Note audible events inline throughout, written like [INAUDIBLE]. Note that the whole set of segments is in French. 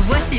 Voici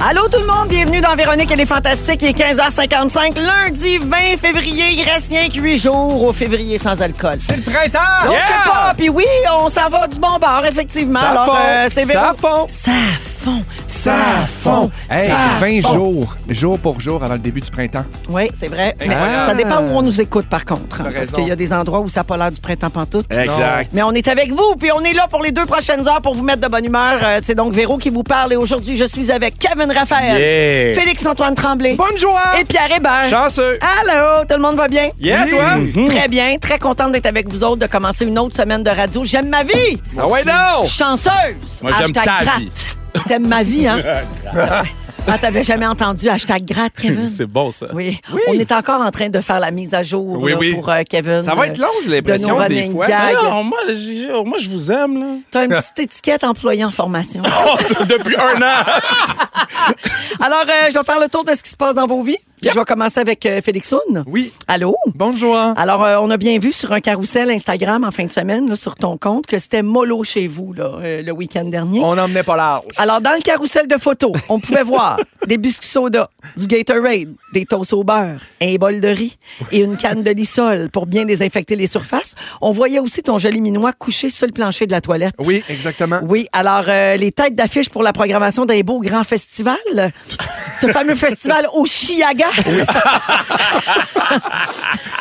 Allô tout le monde, bienvenue dans Véronique et les Fantastiques. Il est 15h55, lundi 20 février. Il reste rien que 8 jours au février sans alcool. C'est le printemps! Donc, je sais pas, puis oui, on s'en va du bon bord, effectivement. Ça fond, euh, c'est ça Véro- fond. Ça fond, ça Ça fond, fond! Hey, ça 20 fond. jours, jour pour jour avant le début du printemps. Oui, c'est vrai. Mais Incroyable. ça dépend où on nous écoute, par contre. hein, T'as parce raison. Eh. qu'il y a des endroits où ça n'a pas l'air du printemps pantoute. Exact. Mais on est avec vous, puis on est là pour les deux prochaines heures pour vous mettre de bonne humeur. Euh, C'est donc Véro qui vous parle et aujourd'hui, je suis avec Kevin Raphaël, Yeah. Félix-Antoine Tremblay Bonne joie! et Pierre Hébert. Chanceux. Allô, tout le monde va bien? Yeah, toi? Très bien, très contente d'être avec vous autres, de commencer une autre semaine de radio. J'aime ma vie! Ah ouais, non! Chanceuse! Moi, j'aime Hashtag ta gratte. vie. T'aimes ma vie, [LAUGHS] hein? ah, t'avais jamais entendu hashtag gratte, Kevin? C'est bon, ça. Oui. On est encore en train de faire la mise à jour Oui, là, oui. pour euh, Kevin. Ça va être long, de j'ai nos l'impression, des running fois. gags. Non, Non, moi, je vous aime, [LAUGHS] là. T'as une petite étiquette employée en [LAUGHS] formation. Oh, depuis un an. Alors, euh, je vais faire le tour de ce qui se passe dans vos vies. Puis Je vais commencer avec euh, Félix Soun. Oui, Allô? [LAUGHS] bonne joie. Alors, euh, on a bien vu sur un carrousel Instagram en fin de semaine, là, sur ton compte, que c'était mollo chez vous là, euh, le week-end dernier. On n'emmenait pas large. Alors, dans le carrousel de photos, on [LAUGHS] pouvait voir des biscuits soda, du Gatorade, des toasts au beurre, un bol de riz et une canne de lissol pour bien désinfecter les surfaces. On voyait aussi ton joli minois couché sur le plancher de la toilette. Oui, exactement. Oui, alors euh, les têtes d'affiche pour la programmation d'un beau grand festival, ce fameux festival au Chiaga.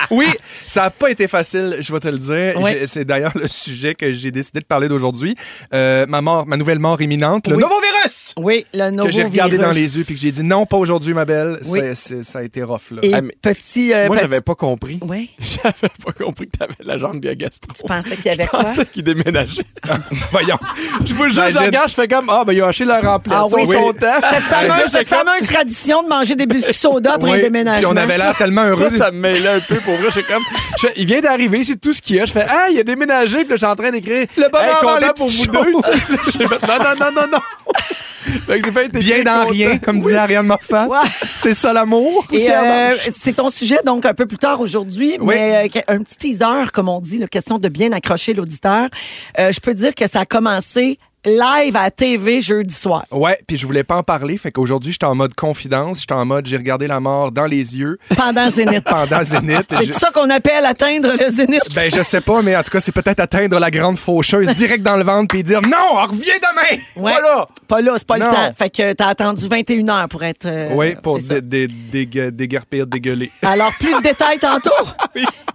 Oui, ça n'a pas été facile, je vais te le dire. Oui. J'ai- C'est d'ailleurs le sujet que j'ai décidé de parler d'aujourd'hui. Euh, ma mort, ma nouvelle mort imminente, le Oui. nouveau virus! Oui, le nouveau Que j'ai regardé virus. dans les yeux puis que j'ai dit non, pas aujourd'hui, ma belle. Oui. C'est- c'est- ça a été rough, là. Et Ah, mais- petit... euh, Moi, petit- j'avais pas compris. [LAUGHS] Oui, J'avais pas compris que t'avais la jambe de gastro. tu pensais qu'il y avait Je quoi? pensais qu'il déménageait. [LAUGHS] [LAUGHS] Voyons. Je vous jure, je Imagine. regarde, je fais comme, ah, ben, il a haché leur emploi. Ah oui, son c'est- temps. Cette fameuse, cette fameuse tradition de manger des biscuits soda après un Oui. déménagement. Puis on avait l'air tellement heureux. Ça, ça me mêlait un peu pour vrai. J'ai comme. je fais, il vient d'arriver, c'est tout ce qu'il y a. Je fais Ah, il a déménagé, puis là, je suis en train d'écrire Le bonheur hey, dans content les pour vous deux. [LAUGHS] petites J'ai fait, non, non, non, non, non. Fait que j'ai fait, t'es bien dans content. rien, comme disait Ariane Moffat. Ouais. C'est ça l'amour. Et, C'est euh, un ange. c'est ton sujet, donc, un peu plus tard aujourd'hui, Oui. mais euh, que- un petit teaser, comme on dit, la question de bien accrocher l'auditeur. Euh, je peux dire que ça a commencé live à TV jeudi soir. Ouais, puis je voulais pas en parler, fait qu'aujourd'hui j'étais en mode confidence, j'étais en mode j'ai regardé la mort dans les yeux Pendant Zénith. [LAUGHS] pendant Zénith. et C'est je- ça qu'on appelle atteindre le Zénith. Ben je sais pas, mais en tout cas c'est peut-être atteindre la grande faucheuse direct dans le ventre puis dire non, on revient demain. Ouais. Voilà. Pas là, c'est pas Non. le temps. Fait que t'as attendu 21 heures pour être. euh, oui, pour c'est ça. dé- dé- dégue- déguerpir, dégueuler. Alors, plus de détails [LAUGHS] tantôt.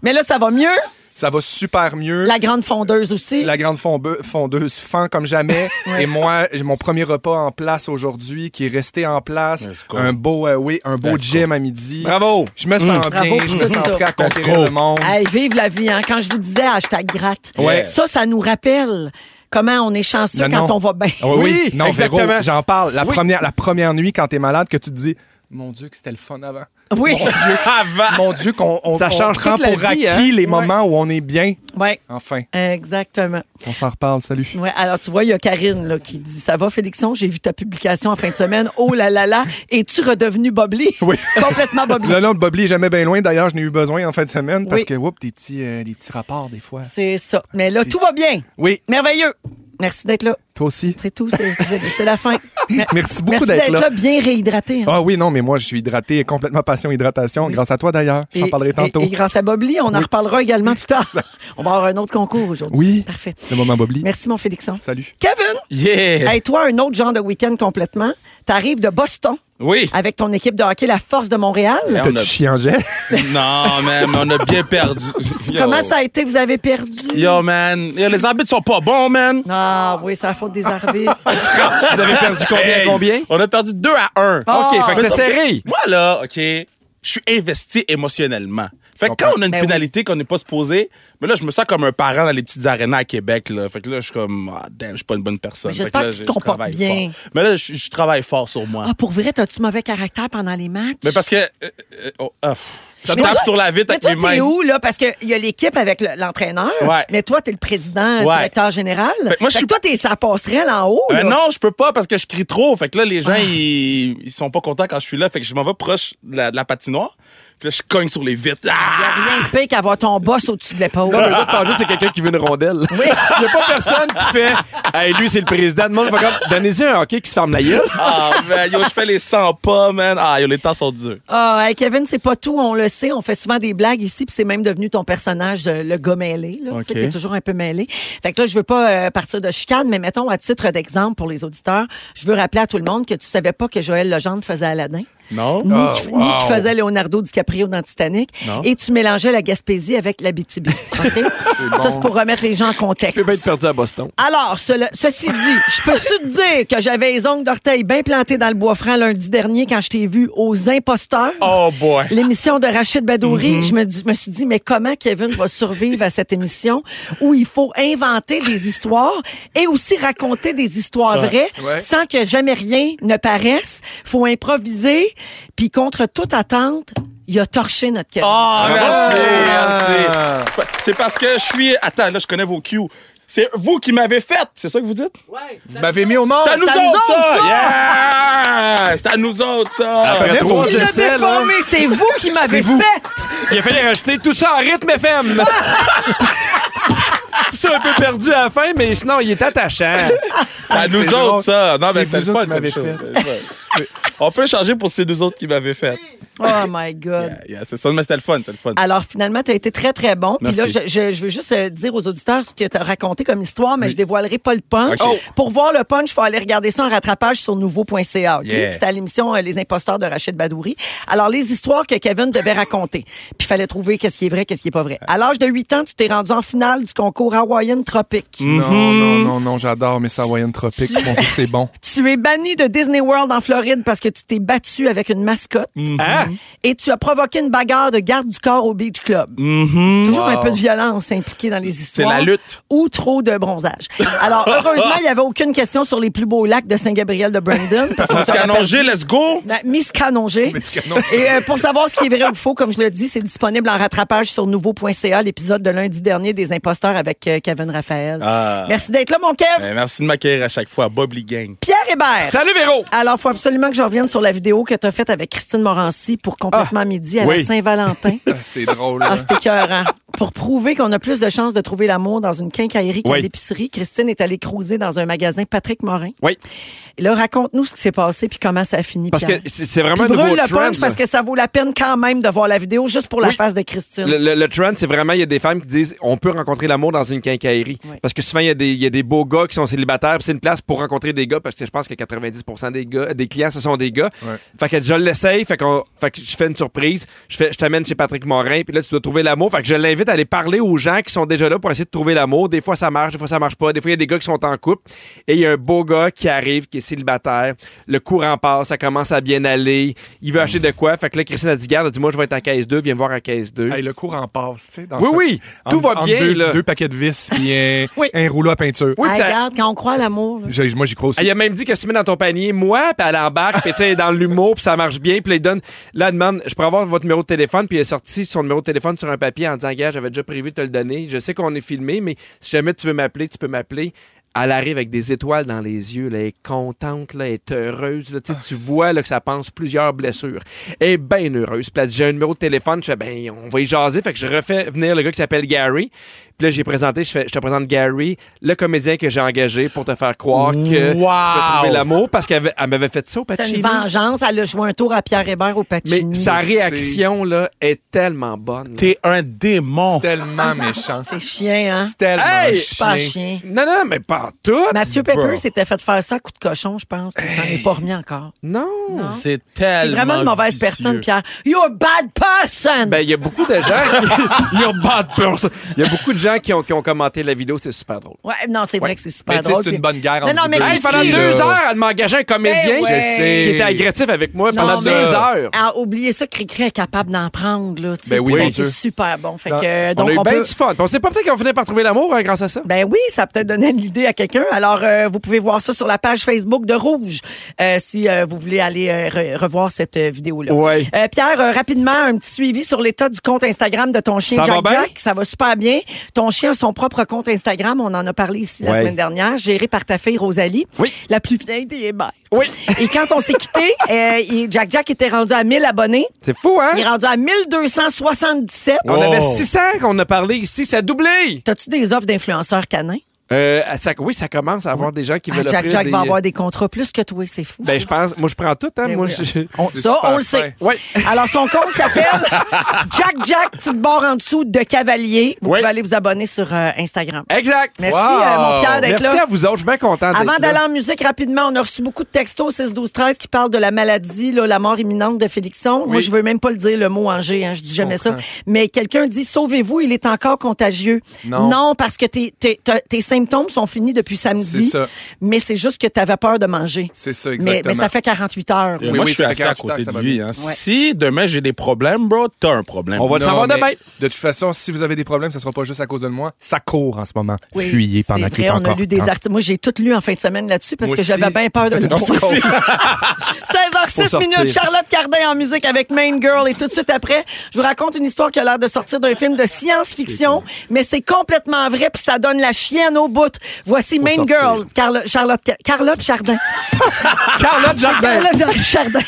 Mais là, ça va mieux. Ça va super mieux. La grande fondeuse aussi. La grande fonbe- fondeuse fend [LAUGHS] comme jamais. Et moi, j'ai mon premier repas en place aujourd'hui qui est resté en place. Un beau, euh, oui, un beau gym à midi. Bravo. Je me sens bien, Bravo, je me tout sens ça. prêt à conquérir le monde. Hey, vive la vie, hein. Quand je vous disais hashtag gratte, Ouais. ça, ça nous rappelle comment on est chanceux Non, quand non. on va bien. Ah Oui, oui. Oui, non, Véro, exactement. j'en parle. La, Oui. première, la première nuit, quand t'es malade, que tu te dis Mon Dieu, que c'était le fun avant. [LAUGHS] Oui. [LAUGHS] Avant. Mon Dieu, qu'on on, Ça on change prend toute la pour vie, acquis hein. les moments où on est bien. Ouais, Enfin, exactement. on s'en reparle. Salut. Ouais, alors tu vois, il y a Karine là, qui dit Ça va, Félixon, j'ai vu ta publication en fin de semaine. Oh là là là, es-tu redevenu Boblé? [LAUGHS] Oui. Complètement Boblé. Là, non, le Bobli est jamais bien loin. D'ailleurs, je n'ai eu besoin en fin de semaine parce Oui. que, oups, des petits, euh, des petits rapports des fois. C'est ça. Mais là, Si. tout va bien. Oui, Merveilleux. Merci d'être là. toi aussi. C'est tout. C'est c'est- c'est la fin. Mer- [LAUGHS] Merci beaucoup Merci d'être là. bien réhydraté. hein. Ah oui, non, mais moi, je suis hydraté, complètement passion hydratation, grâce à toi d'ailleurs. J'en Et- parlerai et- tantôt. Et, grâce à Bobli, on en reparlera également plus tard. on va avoir un autre concours aujourd'hui. Oui. Parfait. C'est le moment Bobli. Merci, mon Félixon. Salut. Kevin, Yeah. Eh. hey, toi, un autre genre de week-end complètement. T'arrives de Boston Oui. avec ton équipe de hockey, la Force de Montréal. Ouais, on T'as-tu a- chié en [LAUGHS] jet? Non, man, mais on a bien perdu. [LAUGHS] Yo. Comment ça a été? Vous avez perdu? Yo, man. Yo, les arbitres sont pas bons, man. Ah oui, c'est la faute des [LAUGHS] arbitres. Vous avez perdu combien Hey. combien? On a perdu 2 à 1. Ah. OK, fait que Mais c'est ça- serré. Moi, là, OK, je suis investi émotionnellement. Fait que quand on a une Ben oui. pénalité qu'on n'est pas supposé, mais là, je me sens comme un parent dans les petites arénas à Québec. Là. Fait que là, je suis comme, ah, damn, je suis pas une bonne personne. Mais Fait j'espère là, que tu je- te je comportes travaille bien. fort. Mais là, je, je travaille fort sur moi. Ah, pour vrai, t'as-tu mauvais caractère pendant les matchs? Mais parce que. euh, euh, oh, ah, pff, ça Mais tape toi- sur la vitre Mais avec toi, mes t'es mains. où, là? Parce qu'il y a l'équipe avec le- l'entraîneur. Ouais. Mais toi, t'es le président, Ouais. directeur général. Fait que moi, Fait je que suis- toi, t'es sa passerelle en haut. Euh, là. non, je peux pas parce que je crie trop. Fait que là, les gens, ils, ils sont pas contents quand je suis là. Fait que je m'en vais proche de la, de la patinoire. Puis là, je cogne sur les vitres. Y a Ah! rien de pire qu'avoir ton boss au-dessus de l'épaule. Non, mais l'autre pendule, c'est quelqu'un qui veut une rondelle. [LAUGHS] Il n'y a pas personne qui fait Hey, lui, c'est le président. Le monde fait comme Donnez-y un hockey qui se ferme la gueule. Ah, man, yo, je fais les 100 pas, man. Ah, yo, les temps sont durs. Ah, hey, Kevin, c'est pas tout, on le sait. On fait souvent des blagues ici, puis c'est même devenu ton personnage, euh, le gars mêlé. Là. Tu sais, OK. T'es toujours un peu mêlé. Fait que là, je veux pas euh, partir de chicane, mais mettons, à titre d'exemple pour les auditeurs, je veux rappeler à tout le monde que tu savais pas que Joël Legendre faisait Aladdin. Non? Ni, Oh, qui- wow. ni qui faisait Leonardo DiCaprio dans Titanic. Non. Et tu mélangeais la Gaspésie avec la BTB. Ça, c'est pour remettre les gens en contexte. Il peut être perdu à Boston. Alors, cela- ceci dit, je peux-tu te dire que j'avais les ongles d'orteil bien plantés dans le bois franc lundi dernier quand je t'ai vu aux imposteurs? Oh, boy. L'émission de Rachid Badouri, je me, dis- me suis dit, mais comment Kevin va survivre à cette émission où il faut inventer des histoires et aussi raconter des histoires vraies Ouais. sans que jamais rien ne paraisse. faut improviser. Puis contre toute attente, il a torché notre Kevin. Ah, merci, Ah. merci. C'est pas- C'est parce que je suis. Attends, là, je connais vos cues. C'est vous qui m'avez fait, c'est ça que vous dites? Vous m'avez mis au monde. C'est à nous ça nous autres, autres, ça! Yeah! C'est à nous autres, ça! Après trois Il l'a essais, là. déformé, c'est vous qui m'avez vous. fait. Il a fallu rajouter tout ça en rythme FM. tout ça un peu perdu à la fin, mais sinon, il est attachant. C'est à nous Ah, C'est autres, drôle. ça! Non, C'est mais c'était vous le fun autres qui comme m'avez chose. Ouais. On peut changer pour c'est nous autres qui m'avez fait. Ben, Oh my God. Yeah, yeah, c'est ça, mais c'était le fun, c'était le fun. Alors, finalement, tu as été très, très bon. Puis là, Merci. je, je- je veux juste euh, dire aux auditeurs ce que tu as raconté comme histoire, mais je dévoilerai pas le punch. Ok. Oh. Pour voir le punch, il faut aller regarder ça en rattrapage sur nouveau.ca. ok? Yeah. C'était à l'émission euh, Les imposteurs de Rachid Badouri. Alors, les histoires que Kevin devait raconter. Puis, il fallait trouver qu'est-ce qui est vrai, qu'est-ce qui est pas vrai. À l'âge de 8 ans, tu t'es rendu en finale du concours Hawaiian Tropic. Mm. Non, non, non, non, j'adore mes Hawaiian tropiques. Mon Dieu, c'est [LAUGHS] bon. Tu es banni de Disney World en Floride parce que tu t'es battu avec une mascotte Mm. Hein? et tu as provoqué une bagarre de garde du corps au Beach Club. Toujours un peu de violence impliquée dans les Mhm, C'est histoires. la lutte. ou trop de bronzage. [LAUGHS] Alors, heureusement, il n'y avait aucune question sur les plus beaux lacs de Saint-Gabriel de Brandon. Parce qu'on Parce s'aurait qu'à Nongé, let's go! perdu la Miss Canongé. Et euh, pour savoir ce qui est vrai ou faux, comme je le dis, c'est disponible en rattrapage sur nouveau.ca, l'épisode de lundi dernier des imposteurs avec euh, Kevin Raphaël. Ah. Merci d'être là, mon Kev. Ben, merci de m'accueillir à chaque fois, Bob Lee Gang. Pierre Hébert. Salut, Véro! Alors, faut absolument que je revienne sur la vidéo que tu as faite avec Christine Morancy pour complètement Ah. midi à la oui. [LAUGHS] Saint-Valentin. C'est Oh drôle. Ah, hein. c'était écœurant. Pour prouver qu'on a plus de chances de trouver l'amour dans une quincaillerie qu'à Oui. l'épicerie, Christine est allée cruiser dans un magasin Patrick Morin. Oui. Et là, raconte-nous ce qui s'est passé puis comment ça a fini. Parce que Pierre. c'est c'est vraiment Puis un nouveau brûle le trend, punch là. parce que ça vaut la peine quand même de voir la vidéo juste pour la Oui. face de Christine. Le, le- le trend, c'est vraiment, il y a des femmes qui disent on peut rencontrer l'amour dans une quincaillerie. Oui. Parce que souvent, il y, a des- il y a des beaux gars qui sont célibataires, puis c'est une place pour rencontrer des gars, parce que je pense que 90 des gars, des clients, ce sont des gars. Ouais. Fait que je l'essaye, fait, qu'on- fait que je fais une surprise, je, fais, je t'amène chez Patrick Morin, puis là, tu dois trouver l'amour. Fait que je l'invite à aller parler aux gens qui sont déjà là pour essayer de trouver l'amour. Des fois, ça marche, des fois, ça marche pas. Des fois, il y a des gars qui sont en couple, et il y a un beau gars qui arrive, qui est célibataire. Le courant passe, ça commence à bien aller. Il veut acheter de quoi. Fait que là, Christine a dit garde, elle dit moi, je vais être à caisse 2, viens me voir à caisse 2. Hey, le cours en passe, tu sais. dans- Oui, oui, tout entre- va entre bien, Deux, là. deux paquets de vis [LAUGHS] puis un, Oui. un rouleau à peinture. Oui, Ah, puis t'as- regarde, quand on croit à l'amour. là. J'ai- moi, j'y crois Elle aussi. Ah, a même dit que tu mets dans ton panier, moi, puis elle embarque, puis tu sais, dans l'humour, puis ça marche bien, puis là, il donne, là, elle demande, je pourrais avoir votre numéro de téléphone, puis il a sorti son numéro de téléphone sur un papier en disant, gars, j'avais déjà prévu de te le donner, je sais qu'on est filmé, mais si jamais tu veux m'appeler, tu peux m'appeler. Elle arrive avec des étoiles dans les yeux, là, elle est contente, là, elle est heureuse, là, tu sais, tu vois là, que ça pense plusieurs blessures. Elle est bien heureuse. Puis là, elle dit, j'ai un numéro de téléphone, je fais, ben, on va y jaser, fait que je refais venir le gars qui s'appelle Gary. Puis là, j'ai présenté, je fais, je te présente Gary, le comédien que j'ai engagé pour te faire croire que Wow! trouver l'amour parce qu'elle avait- elle m'avait fait ça au C'est une Pacini. vengeance. Elle a joué un tour à Pierre Hébert au Pacini. Mais sa réaction là est tellement bonne. là. T'es un démon. C'est tellement méchant. C'est chien, hein? C'est tellement Hey! Je suis pas un chien. chien. Non non mais pas Pas tout. Mathieu bro. Pepper s'était fait faire ça à coup de cochon, je pense, puis il s'en est pas remis encore. Non. C'est C'est tellement. vraiment une mauvaise vicieux. personne, Pierre. You're a bad person! Ben, il y a beaucoup de gens qui. You're bad person. Il y a beaucoup de gens qui ont, qui ont commenté la vidéo, c'est super drôle. ouais, non, c'est vrai que c'est super Mais tu sais, drôle. c'est puis- une bonne guerre Non, entre non, vous mais deux. Hey, Christy, pendant Ici, deux là. heures à demander un comédien Ben ouais. Je sais. qui était agressif avec moi Non, pendant deux mais- heures. Ah, oubliez ça, Cricri est capable d'en prendre, là. tu sais, Ben oui, puis mon c'est Dieu. super bon. Fait Non. que, euh, donc, on a eu on bien peut- du fun. Puis On sait pas peut-être qu'on finit par trouver l'amour hein, grâce à ça. Ben oui, ça a peut-être donné l'idée à quelqu'un. Alors, euh, vous pouvez voir ça sur la page Facebook de Rouge euh, si euh, vous voulez aller euh, re- revoir cette euh, vidéo-là. Ouais. Euh, Pierre, euh, rapidement, un petit suivi sur l'état du compte Instagram de ton chien Ça va Jack bien? Jack. Ça va super bien. Ton chien a son propre compte Instagram. On en a parlé ici la Ouais. semaine dernière, géré par ta fille Rosalie. Oui. La plus vieille des mères. Oui. [LAUGHS] Et quand on s'est quitté, euh, il- Jack Jack était rendu à 1000 abonnés. C'est fou, hein? Il est rendu à 1277. On avait 600 qu'on a parlé ici, ça a doublé. T'as-tu des offres d'influenceurs canins? Euh, ça- oui, ça commence à avoir des gens qui Ah, veulent Jack offrir Jack des... va avoir des contrats plus que toi, c'est fou. Ben, je pense... Moi, je prends tout, hein? Ben moi, oui. je... On- C'est ça, super on le sait. fin. Ouais. [LAUGHS] Alors, son compte s'appelle Jack Jack, petite barre en dessous de Cavalier. Vous Oui. pouvez aller vous abonner sur euh, Instagram. [LAUGHS] Exact. Merci, Wow. euh, mon Pierre, d'être Merci là. à vous autres, je suis bien content d'être Avant là. d'aller en musique, rapidement, on a reçu beaucoup de textos 6, 12, 13 qui parlent de la maladie, là, la mort imminente de Félixon. Moi, je veux même pas le dire, le mot en G, hein, je dis jamais ça. Mais quelqu'un dit, sauvez-vous, il est encore contagieux. Non. parce que tes, tes- tes- tes symptômes sont finis depuis samedi. C'est ça. Mais c'est juste que tu avais peur de manger. C'est ça, Mais, exactement. mais ça fait 48 heures. Et Oui, moi, oui, je suis ça fait assis à 48 côté heures, de ça lui. va hein. Si demain j'ai des problèmes, bro, t'as un problème. On va le Non, savoir mais demain. De toute façon, si vous avez des problèmes, ce sera pas juste à cause de moi. Ça court en ce moment. Oui, Fuyez pendant c'est vrai, qu'il est on a encore lu des temps. articles. Moi, j'ai tout lu en fin de semaine là-dessus parce Moi que aussi. j'avais bien [LAUGHS] peur de Faites le attention. [LAUGHS] 16h06 Faut minutes, sortir. Charlotte Cardin en musique avec Main Girl. Et tout de suite après, je vous raconte une histoire qui a l'air de sortir d'un film de science-fiction, mais c'est complètement vrai puis ça donne la chienne au bout. Voici Main sortir. Girl, Carlo- Charlotte, Carlotte Chardin. Carlotte Jardin! Carlotte Chardin.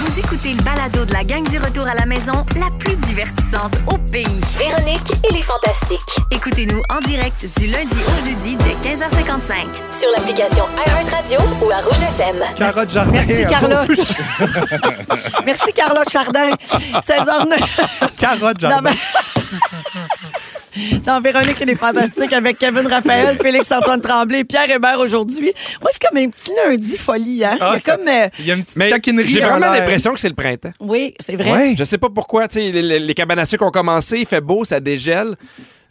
Vous écoutez le balado de la gang du retour à la maison, la plus divertissante au pays. Véronique et les Fantastiques. Écoutez-nous en direct du lundi au jeudi dès 15h55. Sur l'application iHeartRadio ou à Rouge FM. Carotte Jardin. Merci, Carlotte. Merci, Carlotte Chardin. 16h09. Dans, [LAUGHS] Carotte Jardin. ma- Dans Véronique et les Fantastiques avec Kevin Raphaël, Félix-Antoine Tremblay et Pierre Hébert aujourd'hui. Moi, c'est comme un petit lundi folie. Hein? Ah, Il y a c'est- comme, euh, Il y a une petite Mais taquinerie. euh, j'ai en vraiment l'air. l'impression que c'est le printemps. Oui, c'est vrai. Ouais. Je sais pas pourquoi, tu sais, les, les- les cabanes à sucre ont commencé, il fait beau, ça dégèle.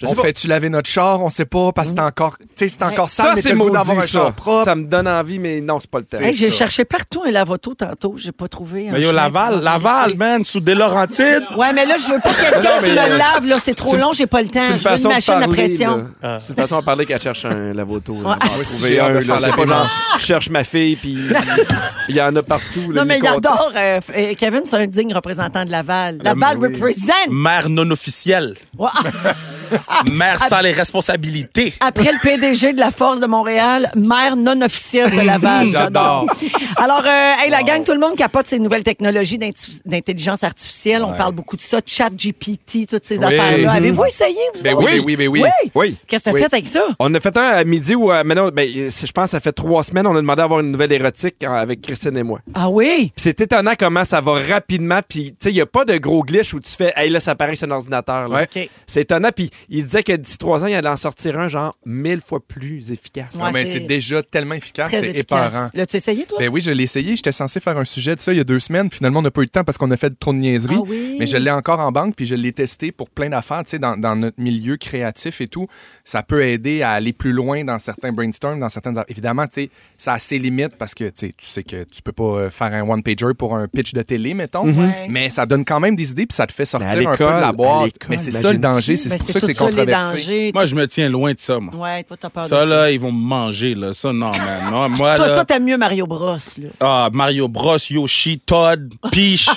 Je sais On pas. fait-tu laver notre char? On sait pas, parce que c'est encore, tu sais, c'est encore sale, ça, mais c'est t'as le goût maudit, d'avoir un ça. char propre. Ça me donne envie, mais non, c'est pas le temps. Hey, j'ai ça. cherché partout un lavato tantôt, j'ai pas trouvé. un Mais yo, chemin Laval, pour Laval, man, sous des Laurentides. Ouais, mais là, je veux pas quelqu'un Non, qui mais, me euh, lave, là. C'est trop c'est- long, j'ai pas le temps. C'est une Je veux façon une de machine à parler. pression. là. C'est une façon de parler qu'elle cherche un lavoto. [LAUGHS] là. Ouais. On va Moi aussi, trouver j'ai hâte de un, faire là, la c'est pas démarche. genre, je cherche ma fille, [LAUGHS] puis il y en a partout. là, Non, mais il est content. Yardor, euh, f- euh, Kevin, c'est un digne représentant de Laval. Ah, Laval oui. represent! Mère non officielle. Ouais. Ah, Mère sans les responsabilités. Après le PDG de la Force de Montréal, maire non officiel de [LAUGHS] Laval. J'adore. Alors, euh, hey, la gang, tout le monde capote ces nouvelles technologies d'inti- d'intelligence artificielle. On parle beaucoup de ça, de chat GPT, toutes ces Oui. affaires-là. Mhm. Avez-vous essayé, vous Ben autres? oui, ben oui, ben oui. Oui. Qu'est-ce que t'as Oui. fait avec ça? On a fait un à midi ou à, maintenant, ben, je pense que ça fait trois semaines, on a demandé à avoir une nouvelle érotique en- avec Christine et moi. Ah oui? Puis c'est étonnant comment ça va rapidement. Puis, tu sais, il n'y a pas de gros glitch où tu fais, hey, là, ça paraît sur un ordinateur. là. Ouais. OK. C'est étonnant. Puis, il disait que d'ici trois ans, il allait en sortir un, genre, mille fois plus efficace. Ouais. Non, mais c'est- c'est déjà tellement efficace, Très c'est efficace. épeurant. L'as-tu essayé, toi? Ben oui, je l'ai essayé. J'étais censé faire un sujet de ça il y a deux semaines. Finalement, on n'a pas eu le temps parce qu'on a fait trop de niaiseries. Ah oui. Mais je l'ai encore en banque, puis je l'ai testé pour plein d'affaires. Tu sais, dans, dans notre milieu créatif et tout, ça peut aider à aller plus loin dans certains brainstorms, dans certaines... Évidemment, tu sais, ça a ses limites parce que tu sais, tu sais que tu peux pas euh, faire un one-pager pour un pitch de télé, mettons. Ouais. Mais ça donne quand même des idées, puis ça te fait à sortir un peu l'école, de la à boîte. l'école, Mais c'est ça le imagine-tu. danger. C'est Ben, pour ça que c'est tout les controversé. dangers. Moi, je me tiens loin de ça, moi. Ouais, toi, t'as peur Ça, Ah, de là, ils vont me manger, là. Ça, non, man. Non, moi, Toi, toi, là, t'aimes mieux Mario Bros, là. ah, Mario Bros, Yoshi, Todd, [LAUGHS] Peach.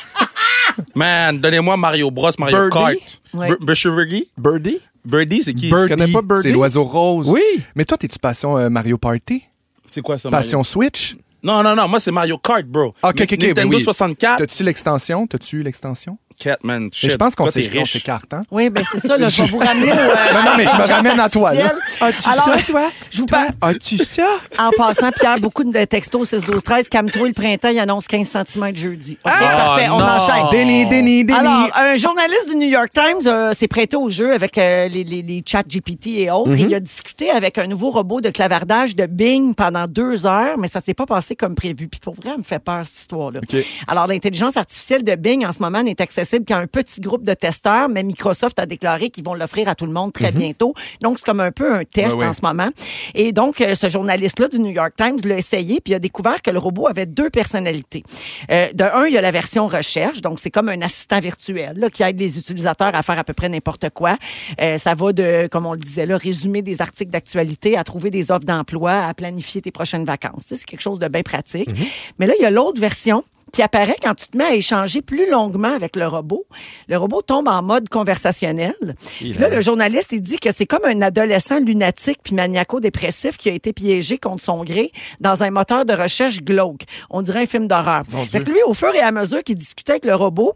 man, donnez-moi Mario Bros, Mario Birdie? Kart. Ouais. Bir- Birchirigi? Birdie? Birdie, c'est qui? Tu connais pas Birdie? C'est l'oiseau rose. Oui. Mais toi, t'es-tu passion euh, Mario Party? C'est quoi ça, Mario? Passion Switch? Non, non, non, moi, c'est Mario Kart, bro. Ah, Ok, ok, ok, Nintendo oui, oui. 64. T'as-tu l'extension? T'as-tu eu l'extension? Cat, man. Mais Shit, je pense qu'on toi, t'es s'est- on riche. s'écarte, hein? Oui, ben c'est ça, là, je vais vous ramener au. euh, Non, non, mais je me à ramène à toi, là. l'artificiel. As-tu Alors, ça, [LAUGHS] toi? Je vous Toi, parle. As-tu ça? En passant, Pierre, beaucoup de textos 6, 12, 13. Calme-toi, le printemps, il annonce 15 cm jeudi. OK, Ah, parfait, on non. enchaîne. Déni, déni, déni. Alors, un journaliste du New York Times euh, s'est prêté au jeu avec euh, les, les, les chats GPT et Mm-hmm. autres. Et il a discuté avec un nouveau robot de clavardage de Bing pendant deux heures, mais ça s'est pas passé comme prévu. Puis pour vrai, elle me fait peur, cette histoire-là. Alors, l'intelligence artificielle de Bing, en ce moment, n'est accessible qu'à un petit groupe de testeurs, mais Microsoft a déclaré qu'ils vont l'offrir à tout le monde très bientôt. Donc, c'est comme un peu un test Mm-hmm. Ouais, ouais. en ce moment. Et donc, euh, ce journaliste-là du New York Times l'a essayé, puis il a découvert que le robot avait deux personnalités. Euh, de un, il y a la version recherche, donc c'est comme un assistant virtuel là, qui aide les utilisateurs à faire à peu près n'importe quoi. Euh, ça va de, comme on le disait là, résumer des articles d'actualité, à trouver des offres d'emploi, à planifier tes prochaines vacances. Tu sais, C'est quelque chose de bien pratique. Mais là, il y a l'autre version qui apparaît quand tu te mets à échanger plus longuement avec le robot. Le robot tombe en mode conversationnel. Puis là, le journaliste, il dit que c'est comme un adolescent lunatique puis maniaco-dépressif qui a été piégé contre son gré dans un moteur de recherche glauque. On dirait un film d'horreur. Fait que lui, au fur et à mesure qu'il discutait avec le robot,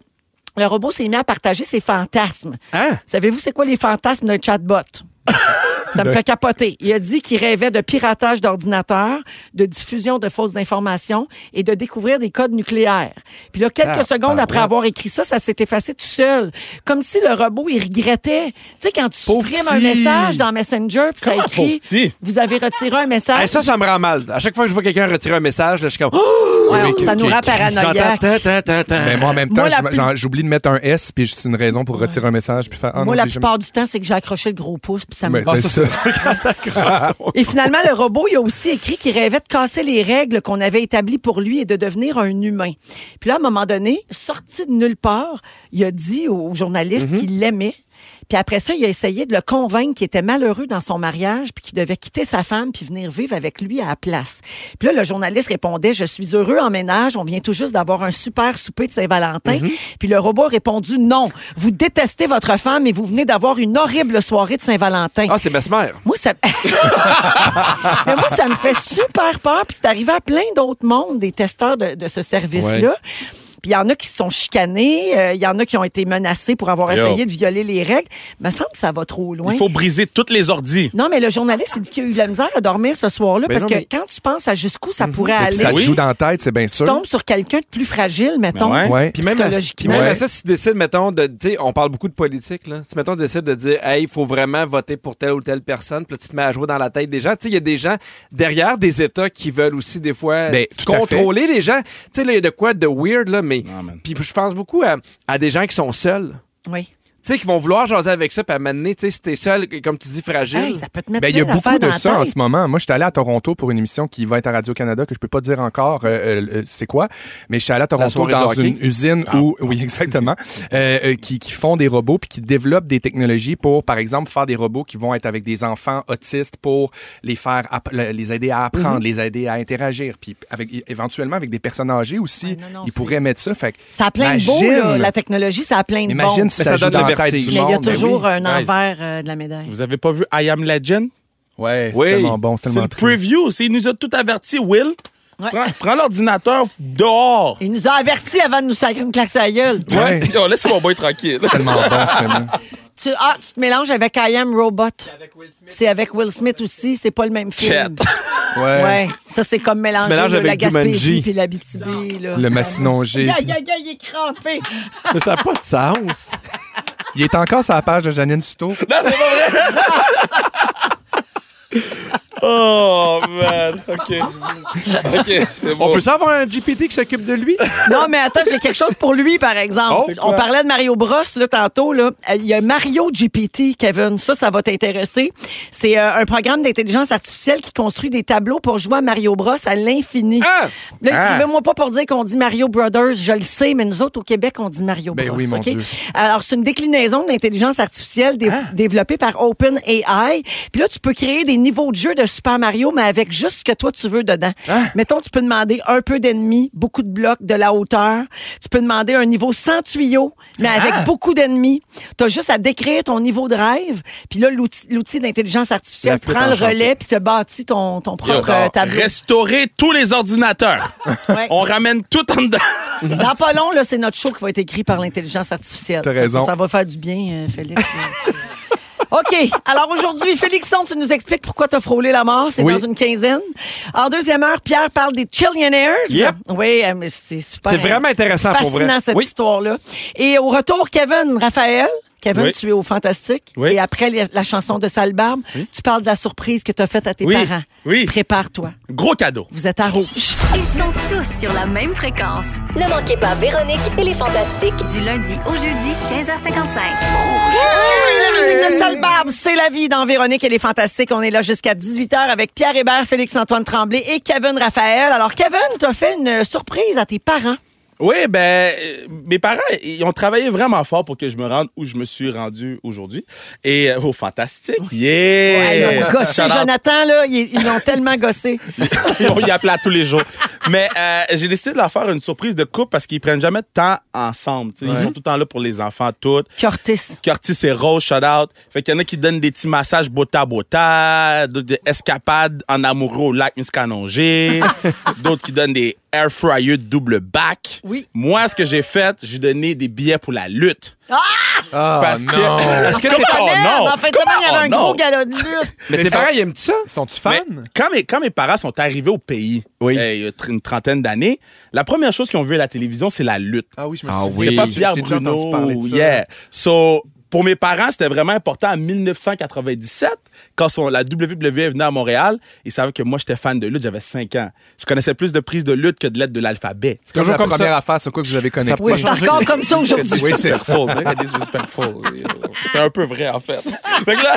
le robot s'est mis à partager ses fantasmes. Hein? Savez-vous c'est quoi les fantasmes d'un chatbot? Ça me fait capoter. Il a dit qu'il rêvait de piratage d'ordinateurs, de diffusion de fausses informations et de découvrir des codes nucléaires. Puis là, quelques Ah, secondes ben après ouais. avoir écrit ça, ça s'est effacé tout seul. Comme si le robot, il regrettait. Tu sais, quand tu Pauvre supprimes un petit. message dans Messenger, puis ça Comment, pauvre écrit petit? « Vous avez retiré un message Hey, ça, ça me rend mal. À chaque fois que je vois quelqu'un retirer un message, là, je suis comme. [GASPS] Ouais, Oui, qu'est-ce ça nous qui- rend J'entends, paranoïaque. Ben, tan, tan, tan, tan. Mais Ah, ben, moi, en même temps, Moi, la j'im- plus- j'en- j'oublie de mettre un S, puis c'est une raison pour retirer un message, puis faire. Moi, Ah, non, la j'ai jamais- plupart du temps, c'est que j'ai accroché le gros pouce, puis ça me Ben, va. c'est ça. Et finalement, le robot, il a aussi écrit qu'il rêvait de casser les règles qu'on avait établies pour lui et de devenir un humain. Puis là, à un moment donné, sorti de nulle part, il a dit au journaliste qu'il l'aimait. Puis après ça, il a essayé de le convaincre qu'il était malheureux dans son mariage, puis qu'il devait quitter sa femme, puis venir vivre avec lui à la place. Puis là, le journaliste répondait, je suis heureux en ménage, on vient tout juste d'avoir un super souper de Saint-Valentin. Puis le robot a répondu, non, vous détestez votre femme et vous venez d'avoir une horrible soirée de Saint-Valentin. Ah, c'est Besmer. Moi, ça... Mais moi, ça me [LAUGHS] fait super peur. Puis c'est arrivé à plein d'autres mondes, des testeurs de, de ce service-là. Puis il y en a qui se sont chicanés, euh, il y en a qui ont été menacés pour avoir Yo. essayé de violer les règles. Il me semble que ça va trop loin. Il faut briser toutes les ordis. Non, mais le journaliste, il dit qu'il a eu de la misère à dormir ce soir-là Ben parce non, que mais- quand tu penses à jusqu'où ça pourrait Et puis ça aller, te Oui. joue dans la tête, c'est bien tu sûr. tombes sur quelqu'un de plus fragile, mettons. Ben ouais. Ouais. Puis même, à, puis Psychologiquement. même à Ouais. ça, si tu décides, mettons, de, tu sais, on parle beaucoup de politique, là. Si, mettons, tu décides de dire, hey, il faut vraiment voter pour telle ou telle personne, puis là, tu te mets à jouer dans la tête des gens. Tu sais, il y a des gens derrière des États qui veulent aussi, des fois, Ben, tout à contrôler les gens. Tu sais, là, il y a de quoi de weird, là, mais. Non, man. Puis je pense beaucoup à, à des gens qui sont seuls. Oui. Tu sais, qui vont vouloir jaser avec ça, puis à un moment donné, tu sais, si t'es seul, comme tu dis, fragile. Hey, ça peut te mettre Ben, il y a plein d'affaires beaucoup de dans la ça en tête. ce moment. Moi, j'étais allé à Toronto pour une émission qui va être à Radio-Canada, que je peux pas dire encore euh, euh, euh, c'est quoi, mais je suis allé à Toronto soirée dans du hockey. Ah. une usine où, oui, [LAUGHS] exactement, euh, euh, qui, qui font des robots puis qui développent des technologies pour, par exemple, faire des robots qui vont être avec des enfants autistes pour les faire, app- le- les aider à apprendre, Mhm. les aider à interagir. Puis avec, éventuellement, avec des personnes âgées aussi, Ouais, non, non, ils c'est- pourraient mettre ça. Fait que Ça a plein de beau, imagine- là. La technologie, ça a plein de Imagine bon. si Mais ça, ça joue donne dans le la tête du vertige. Mais il y a monde. Ben toujours oui. un Ouais, envers euh, de la médaille. Vous avez pas vu I Am Legend? Ouais, c'est Oui. tellement bon, c'est C'est tellement le triste. preview. C'est- Il nous a tout averti, Will. Ouais. Prends, prends l'ordinateur dehors. Il nous a avertis avant de nous sacrer une claque à gueule. Ouais. Yo, laisse mon boy tranquille. [LAUGHS] tellement bon, ce film Tu, ah, tu te mélanges avec I Am Robot. C'est avec Will Smith aussi, c'est pas le même film. Shit. Ouais. Ça, c'est comme mélanger mélanges là, la avec Jumanji. Gaspésie puis la BTB. Là. Le Massinongé. Aïe, aïe, aïe, il est crampé. Mais ça n'a pas de sens. Il est encore sur la page de Janine [LAUGHS] Souto. [LAUGHS] Oh, man. OK. OK, c'est [LAUGHS] bon. On peut savoir un GPT qui s'occupe de lui? Non, mais attends, j'ai quelque chose pour lui, par Oh, exemple. c'est On parlait de Mario Bros, là, tantôt, là. Euh, Il y a Mario GPT, Kevin. Ça, ça va t'intéresser. C'est euh, un programme d'intelligence artificielle qui construit des tableaux pour jouer à Mario Bros à l'infini. Ah! Là, Ah. écrivez-moi pas pour dire qu'on dit Mario Brothers, je le sais, mais nous autres, au Québec, on dit Mario Ben Bros. oui, mon OK? Dieu. Alors, c'est une déclinaison de l'intelligence artificielle dé- Ah. développée par OpenAI. Puis là, tu peux créer des niveaux de jeu de Super Mario, mais avec juste ce que toi, tu veux dedans. Ah. Mettons, tu peux demander un peu d'ennemis, beaucoup de blocs, de la hauteur. Tu peux demander un niveau sans tuyau, mais Ah. avec beaucoup d'ennemis. Tu as juste à décrire ton niveau de rêve. Puis là, l'outil l'outil d'intelligence artificielle La flûte prend le enchantée. relais puis te bâtit ton, ton Yo, propre euh, tableau. Restaurer tous les ordinateurs. Ouais. On ramène tout en dedans. [LAUGHS] Dans pas long, là, c'est notre show qui va être écrit par l'intelligence artificielle. T'as raison. Ça va faire du bien, euh, Félix. [LAUGHS] OK. Alors aujourd'hui, Félixon, tu nous expliques pourquoi t'as frôlé la mort. C'est Oui. dans une quinzaine. En deuxième heure, Pierre parle des Chillionaires. Yep. Oui, euh, mais c'est super. C'est vraiment intéressant pour fascinant, vrai. cette Oui. histoire-là. Et au retour, Kevin, Raphaël. Kevin, Oui. tu es au Fantastique. Oui. Et après la, la chanson de Salbarbe, tu parles de la surprise que t'as faite à tes Oui. parents. Oui. Prépare-toi. Gros cadeau. Vous êtes à rouge. Ils sont tous sur la même fréquence. Ne manquez pas Véronique et les Fantastiques. Du lundi au jeudi, 15h55. Oui, la musique de Salbarbe, c'est la vie dans Véronique et les Fantastiques. On est là jusqu'à 18h avec Pierre Hébert, Félix-Antoine Tremblay et Kevin Raphaël. Alors, Kevin, t'as fait une surprise à tes parents. Oui, ben, euh, mes parents, ils ont travaillé vraiment fort pour que je me rende où je me suis rendu aujourd'hui. Et, euh, oh, fantastique. Hey, Yeah! ils ont gossé Shout out. Jonathan, là. Ils ils l'ont tellement gossé. Ils ont- ils appellent à tous les jours. Mais euh, j'ai décidé de leur faire une surprise de couple parce qu'ils prennent jamais de temps ensemble. tu sais. Ils sont tout le temps là pour les enfants, toutes. Curtis. Curtis et Rose, shout out. Fait qu'il y en a qui donnent des petits massages bota bota, d'autres des escapades en amoureux au lac Miscanongé, d'autres qui donnent des air fryers double bac. Oui. Moi, ce que j'ai fait, j'ai donné des billets pour la lutte. Ah Parce que- non! [LAUGHS] Parce que t'es- oh, non. En fait, Comment? il y avait un Oh, gros non. galop de lutte. Mais Mais tes ça- parents, ils aiment ça? Sont-tu Mais fans? quand mes, quand mes parents sont arrivés au pays, Oui. euh, il y a tr- une trentaine d'années, la première chose qu'ils ont vu à la télévision, c'est la lutte. Ah oui, je me Ah suis oui. C'est pas j'ai- Pierre j'ai déjà Bruno. entendu parler de ça. Yeah. So, pour mes parents, c'était vraiment important. En 1997, quand son- la WWE venait à Montréal, ils savaient que moi, j'étais fan de lutte. J'avais 5 ans. Je connaissais plus de prises de lutte que de lettres de l'alphabet. C'est comme la Toujours comme première ça. affaire sur quoi que je l'avais connecté. Oui, c'est [LAUGHS] encore comme ça aujourd'hui. Oui, c'est ça. Disrespectful, [LAUGHS] they are disrespectful. C'est un peu vrai, en fait. [LAUGHS] Fait que, là,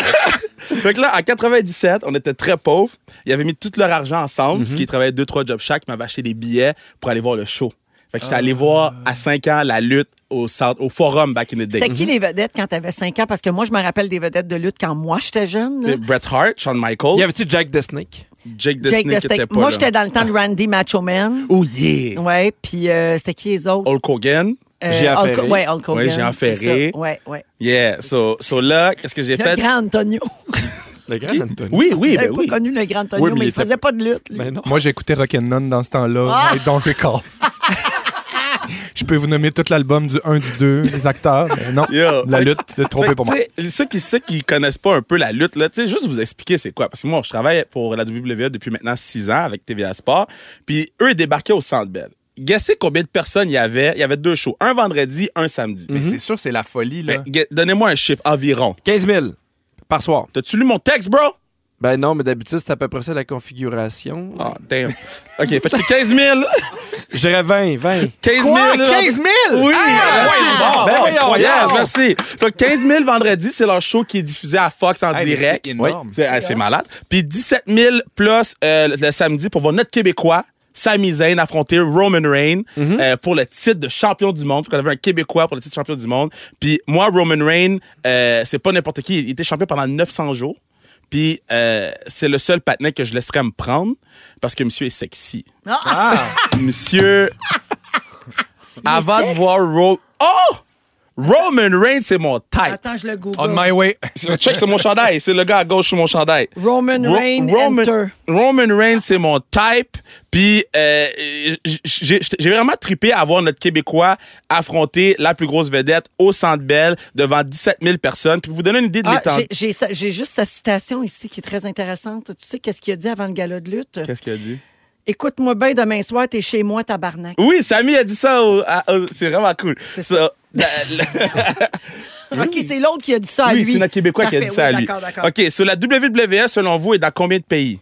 fait que là, en 97, on était très pauvres. Ils avaient mis tout leur argent ensemble, parce qu'ils travaillaient deux, trois jobs chaque. Ils m'avaient acheté des billets pour aller voir le show. Fait que j'étais allé voir à 5 ans la lutte au, centre- au forum back in the day. C'était qui les vedettes quand t'avais 5 ans? Parce que moi, je me rappelle des vedettes de lutte quand moi, j'étais jeune. là. Et Bret Hart, Shawn Il y Michaels, avait-tu Jack the Snake? Jake the Jake Snake the qui était Snake. pas Moi, là. j'étais dans le temps de Randy Macho Man. Oh yeah! Ouais, puis euh, c'était qui les autres? Hulk Hogan. Euh, J'ai Hulk- affairé. Ouais, Hulk Hogan. Oh, Ouais, j'ai affairé. c'est ça. Ouais, ouais. Yeah. So, so là, qu'est-ce que j'ai Le fait? grand Antonio. Le grand Anthony. Oui, oui, Il ben n'avait oui. pas connu le grand Antonio, Oui, mais mais, il il était- faisait pas de lutte. lui. Ben Mais non. Moi, j'écoutais Rock'n'None dans ce temps-là. I don't recall. je peux vous nommer tout l'album du 1, du 2, les acteurs. mais non, Yo. la lutte, c'est trompé Fait que, pour moi. tu sais, Ceux qui, ceux qui connaissent pas un peu la lutte, là, tu sais, juste vous expliquer c'est quoi. Parce que moi, je travaille pour la WWE depuis maintenant six ans avec TVA Sport. Puis eux, ils débarquaient au Centre Bell. Guessez combien de personnes il y avait. Il y avait deux shows. Un vendredi, un samedi. Mais c'est sûr, c'est la folie, là. Ben, gue- Donnez-moi un chiffre environ. 15 000 par soir. T'as-tu lu mon texte, bro? Ben non, mais d'habitude, c'est à peu près ça la configuration. Oh, damn. [LAUGHS] OK, fait que c'est 15 000. Ah. Je dirais 20, 20. 15 000. là. 000? Oui! Ben bon, voyons, incroyable, voyons. merci. Fait que 15 000 vendredi, c'est leur show qui est diffusé à Fox en Hey, mais direct. c'est énorme. C'est euh, c'est malade. Puis 17 000 plus euh, le- le samedi pour voir notre Québécois, Sami Zayn, affronter Roman Reigns euh, pour le titre de champion du monde. Parce qu'on avait un Québécois pour le titre de champion du monde. Puis moi, Roman Reigns, euh, c'est pas n'importe qui. Il était champion pendant 900 jours. Puis euh, c'est le seul patinet que je laisserais me prendre parce que monsieur est sexy. Monsieur, avant de voir Roman... Oh! Roman Reigns, c'est mon type. Attends, je le google. On my way. Check, c'est mon chandail. C'est le gars à gauche sur mon chandail. Roman Ro- Reigns, Roman, enter. Roman Reigns, c'est mon type. Puis, euh, j- j'ai j'ai vraiment trippé à voir notre Québécois affronter la plus grosse vedette au Centre Bell devant 17 000 personnes. Puis, pour vous donner une idée de Ah, l'étendue. j'ai- j'ai sa- J'ai juste sa citation ici qui est très intéressante. Tu sais qu'est-ce qu'il a dit avant le gala de lutte? Qu'est-ce qu'il a dit? Écoute-moi bien demain soir, t'es chez moi, tabarnak. Oui, Samy a dit ça. au- à- au- c'est vraiment cool. Ça, la- la- OK, c'est l'autre qui a dit ça à oui, Ah, lui. c'est notre Québécois qui a Parfait, dit ça à oui, lui. D'accord, d'accord. OK, sur la WWE, selon vous, est dans combien de pays?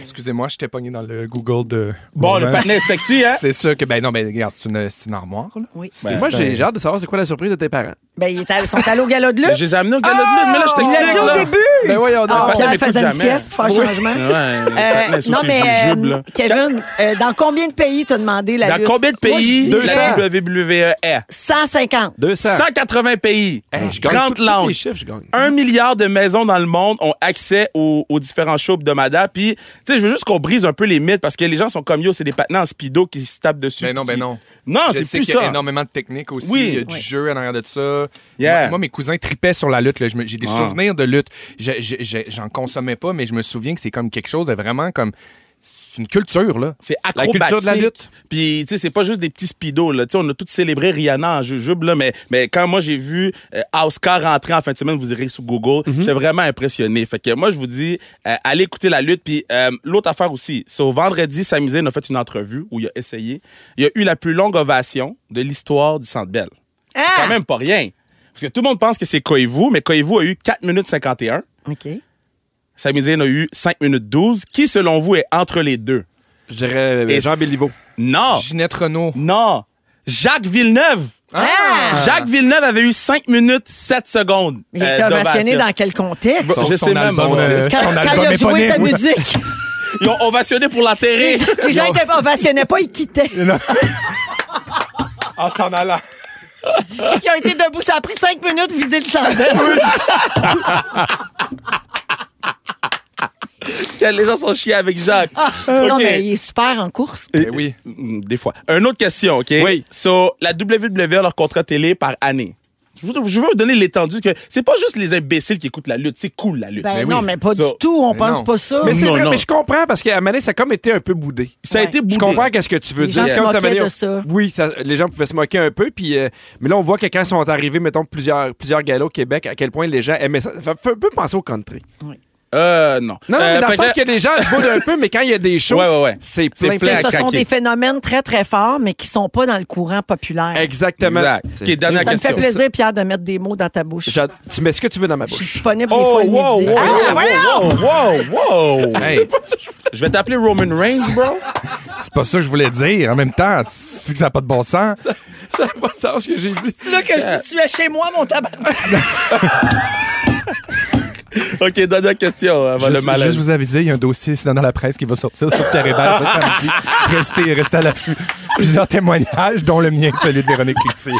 Excusez-moi, j'étais pogné dans le Google de. Bon, le Roman. patinet est sexy, hein? C'est sûr que, ben non, ben regarde, c'est une, c'est une armoire, là. Oui. Ben, Moi, c'est j'ai j'ai hâte de savoir c'est quoi la surprise de tes parents. Ben, ils étaient allés- sont allés au gala de Ben, lutte. Je les ai amenés au galop de lutte, mais là, je Oh! Il l'a dit t'explique. au là. début. Ben voyons Ah, pas Pierre les coups faisait une jamais. sieste pour faire changement. Ouais, Euh, mais ça, non, c'est mais euh, jujube, là. Kevin, euh, dans combien de pays t'as demandé la Dans lutte? combien de Moi, je pays dis la 200? WWE est? 150. 200. 180 E. pays, Hey, je gagne 30 tous- tous langues. les chiffres, je gagne. Un milliard de maisons dans le monde ont accès aux, aux différents shows hebdomadaires. Puis, tu sais, je veux juste qu'on brise un peu les mythes parce que les gens sont comme yo, c'est des patinants en speedo qui se tapent dessus. Ben non, ben Qui- non. Non, Je Ah, c'est sais plus qu'il y a ça. énormément de technique aussi. Oui. Il y a du Oui. jeu en arrière de ça. Yeah. Moi, moi, mes cousins tripaient sur la lutte. là. Je me- J'ai des Ah. souvenirs de lutte. Je- je- je- J'en consommais pas, mais je me souviens que c'est comme quelque chose de vraiment comme. c'est une culture, là. C'est La acrobatique. culture de la lutte. Puis, tu sais, c'est pas juste des petits speedos, là. Tu sais, on a tous célébré Rihanna en jujube, là. Mais, mais quand moi, j'ai vu euh, Oscar rentrer en fin de semaine, vous irez sur Google, j'étais vraiment impressionné. Fait que moi, je vous dis, euh, allez écouter la lutte. Puis, euh, l'autre affaire aussi, c'est au vendredi, Sami Zayn a fait une entrevue où il a essayé. Il a eu la plus longue ovation de l'histoire du Centre Bell. Ah! C'est quand même pas rien. Parce que tout le monde pense que c'est Koivu, mais Koivu a eu 4 minutes 51. OK. Sami Zayn a eu 5 minutes 12. Qui, selon vous, est entre les deux? Je dirais euh, Et Jean c'est- Béliveau. Non! Ginette Renault. hein? Non. Jacques Villeneuve. Ah! Jacques Villeneuve avait eu 5 minutes 7 secondes. Il euh, était ovationné d'ovation. dans quel contexte? Bon, je sais même pas. album, euh, Quand, son quand album il a est joué pas sa né, oui. [LAUGHS] musique, Ils ont ovationné pour les, [LAUGHS] l'enterrer. les gens étaient pas ovationnés pas, ils quittaient. En Ah, s'en allant. Ceux [LAUGHS] qui ont été debout, ça a pris cinq minutes de vider le chandelle. les gens sont chiés avec Jacques. [LAUGHS] Ah. Non, OK. mais il est super en course. Et- oui. Mm, Des fois. Une autre question, OK? Eh Oui. So, la WWE a leur contrat télé par année. Je veux je veux vous donner l'étendue que c'est pas juste les imbéciles qui écoutent la lutte. C'est cool, la lutte. Ben Mais non, oui. mais pas Ça- du tout, on Mais pense non. pas ça. Mais c'est Oh, Non, vrai, non. mais je comprends parce qu'à Mané, ça a comme été un peu boudé. Ça a Ouais. été boudé. Je comprends qu'est-ce que tu veux Les dire. gens C'est se comme moquaient venait- de ça. Oui, ça- les gens pouvaient se moquer un peu. Puis, euh, mais là, on voit que quand sont arrivés, mettons, plusieurs, plusieurs galas au Québec, à quel point les gens aimaient ça. Ça fait un peu penser au country. Euh, non. Non, non, mais Euh, dans le fait sens que- que les gens se boudent un peu, mais quand il y a des shows, Ouais, ouais, ouais. c'est C'est plein, plein plein. à ce sont craquer. des phénomènes très, très forts, mais qui sont pas dans le courant populaire. Exactement. Exact. C'est- Ok, dernière Ça me fait question. plaisir, Pierre, de mettre des mots dans ta bouche. J'a- Tu mets ce que tu veux dans ma Je suis [LAUGHS] bouche. disponible des fois le midi. Ah, Oh, wow, wow, wow, wow. Hey, Je vais t'appeler Roman Reigns, bro. C'est pas ça que je voulais dire. En même temps, c'est que ça n'a pas de bon sens. [LAUGHS] Ça n'a pas de sens ce que j'ai dit. C'est là que je dis, tu es chez moi, mon tabac. OK, dernière question avant le Juste, malaise. juste vous aviser, il y a un dossier c'est dans la presse qui va sortir sur Pierre [LAUGHS] Hébert ce samedi. Restez, restez à l'affût. Plusieurs témoignages, dont le mien, celui de Véronique Cloutier.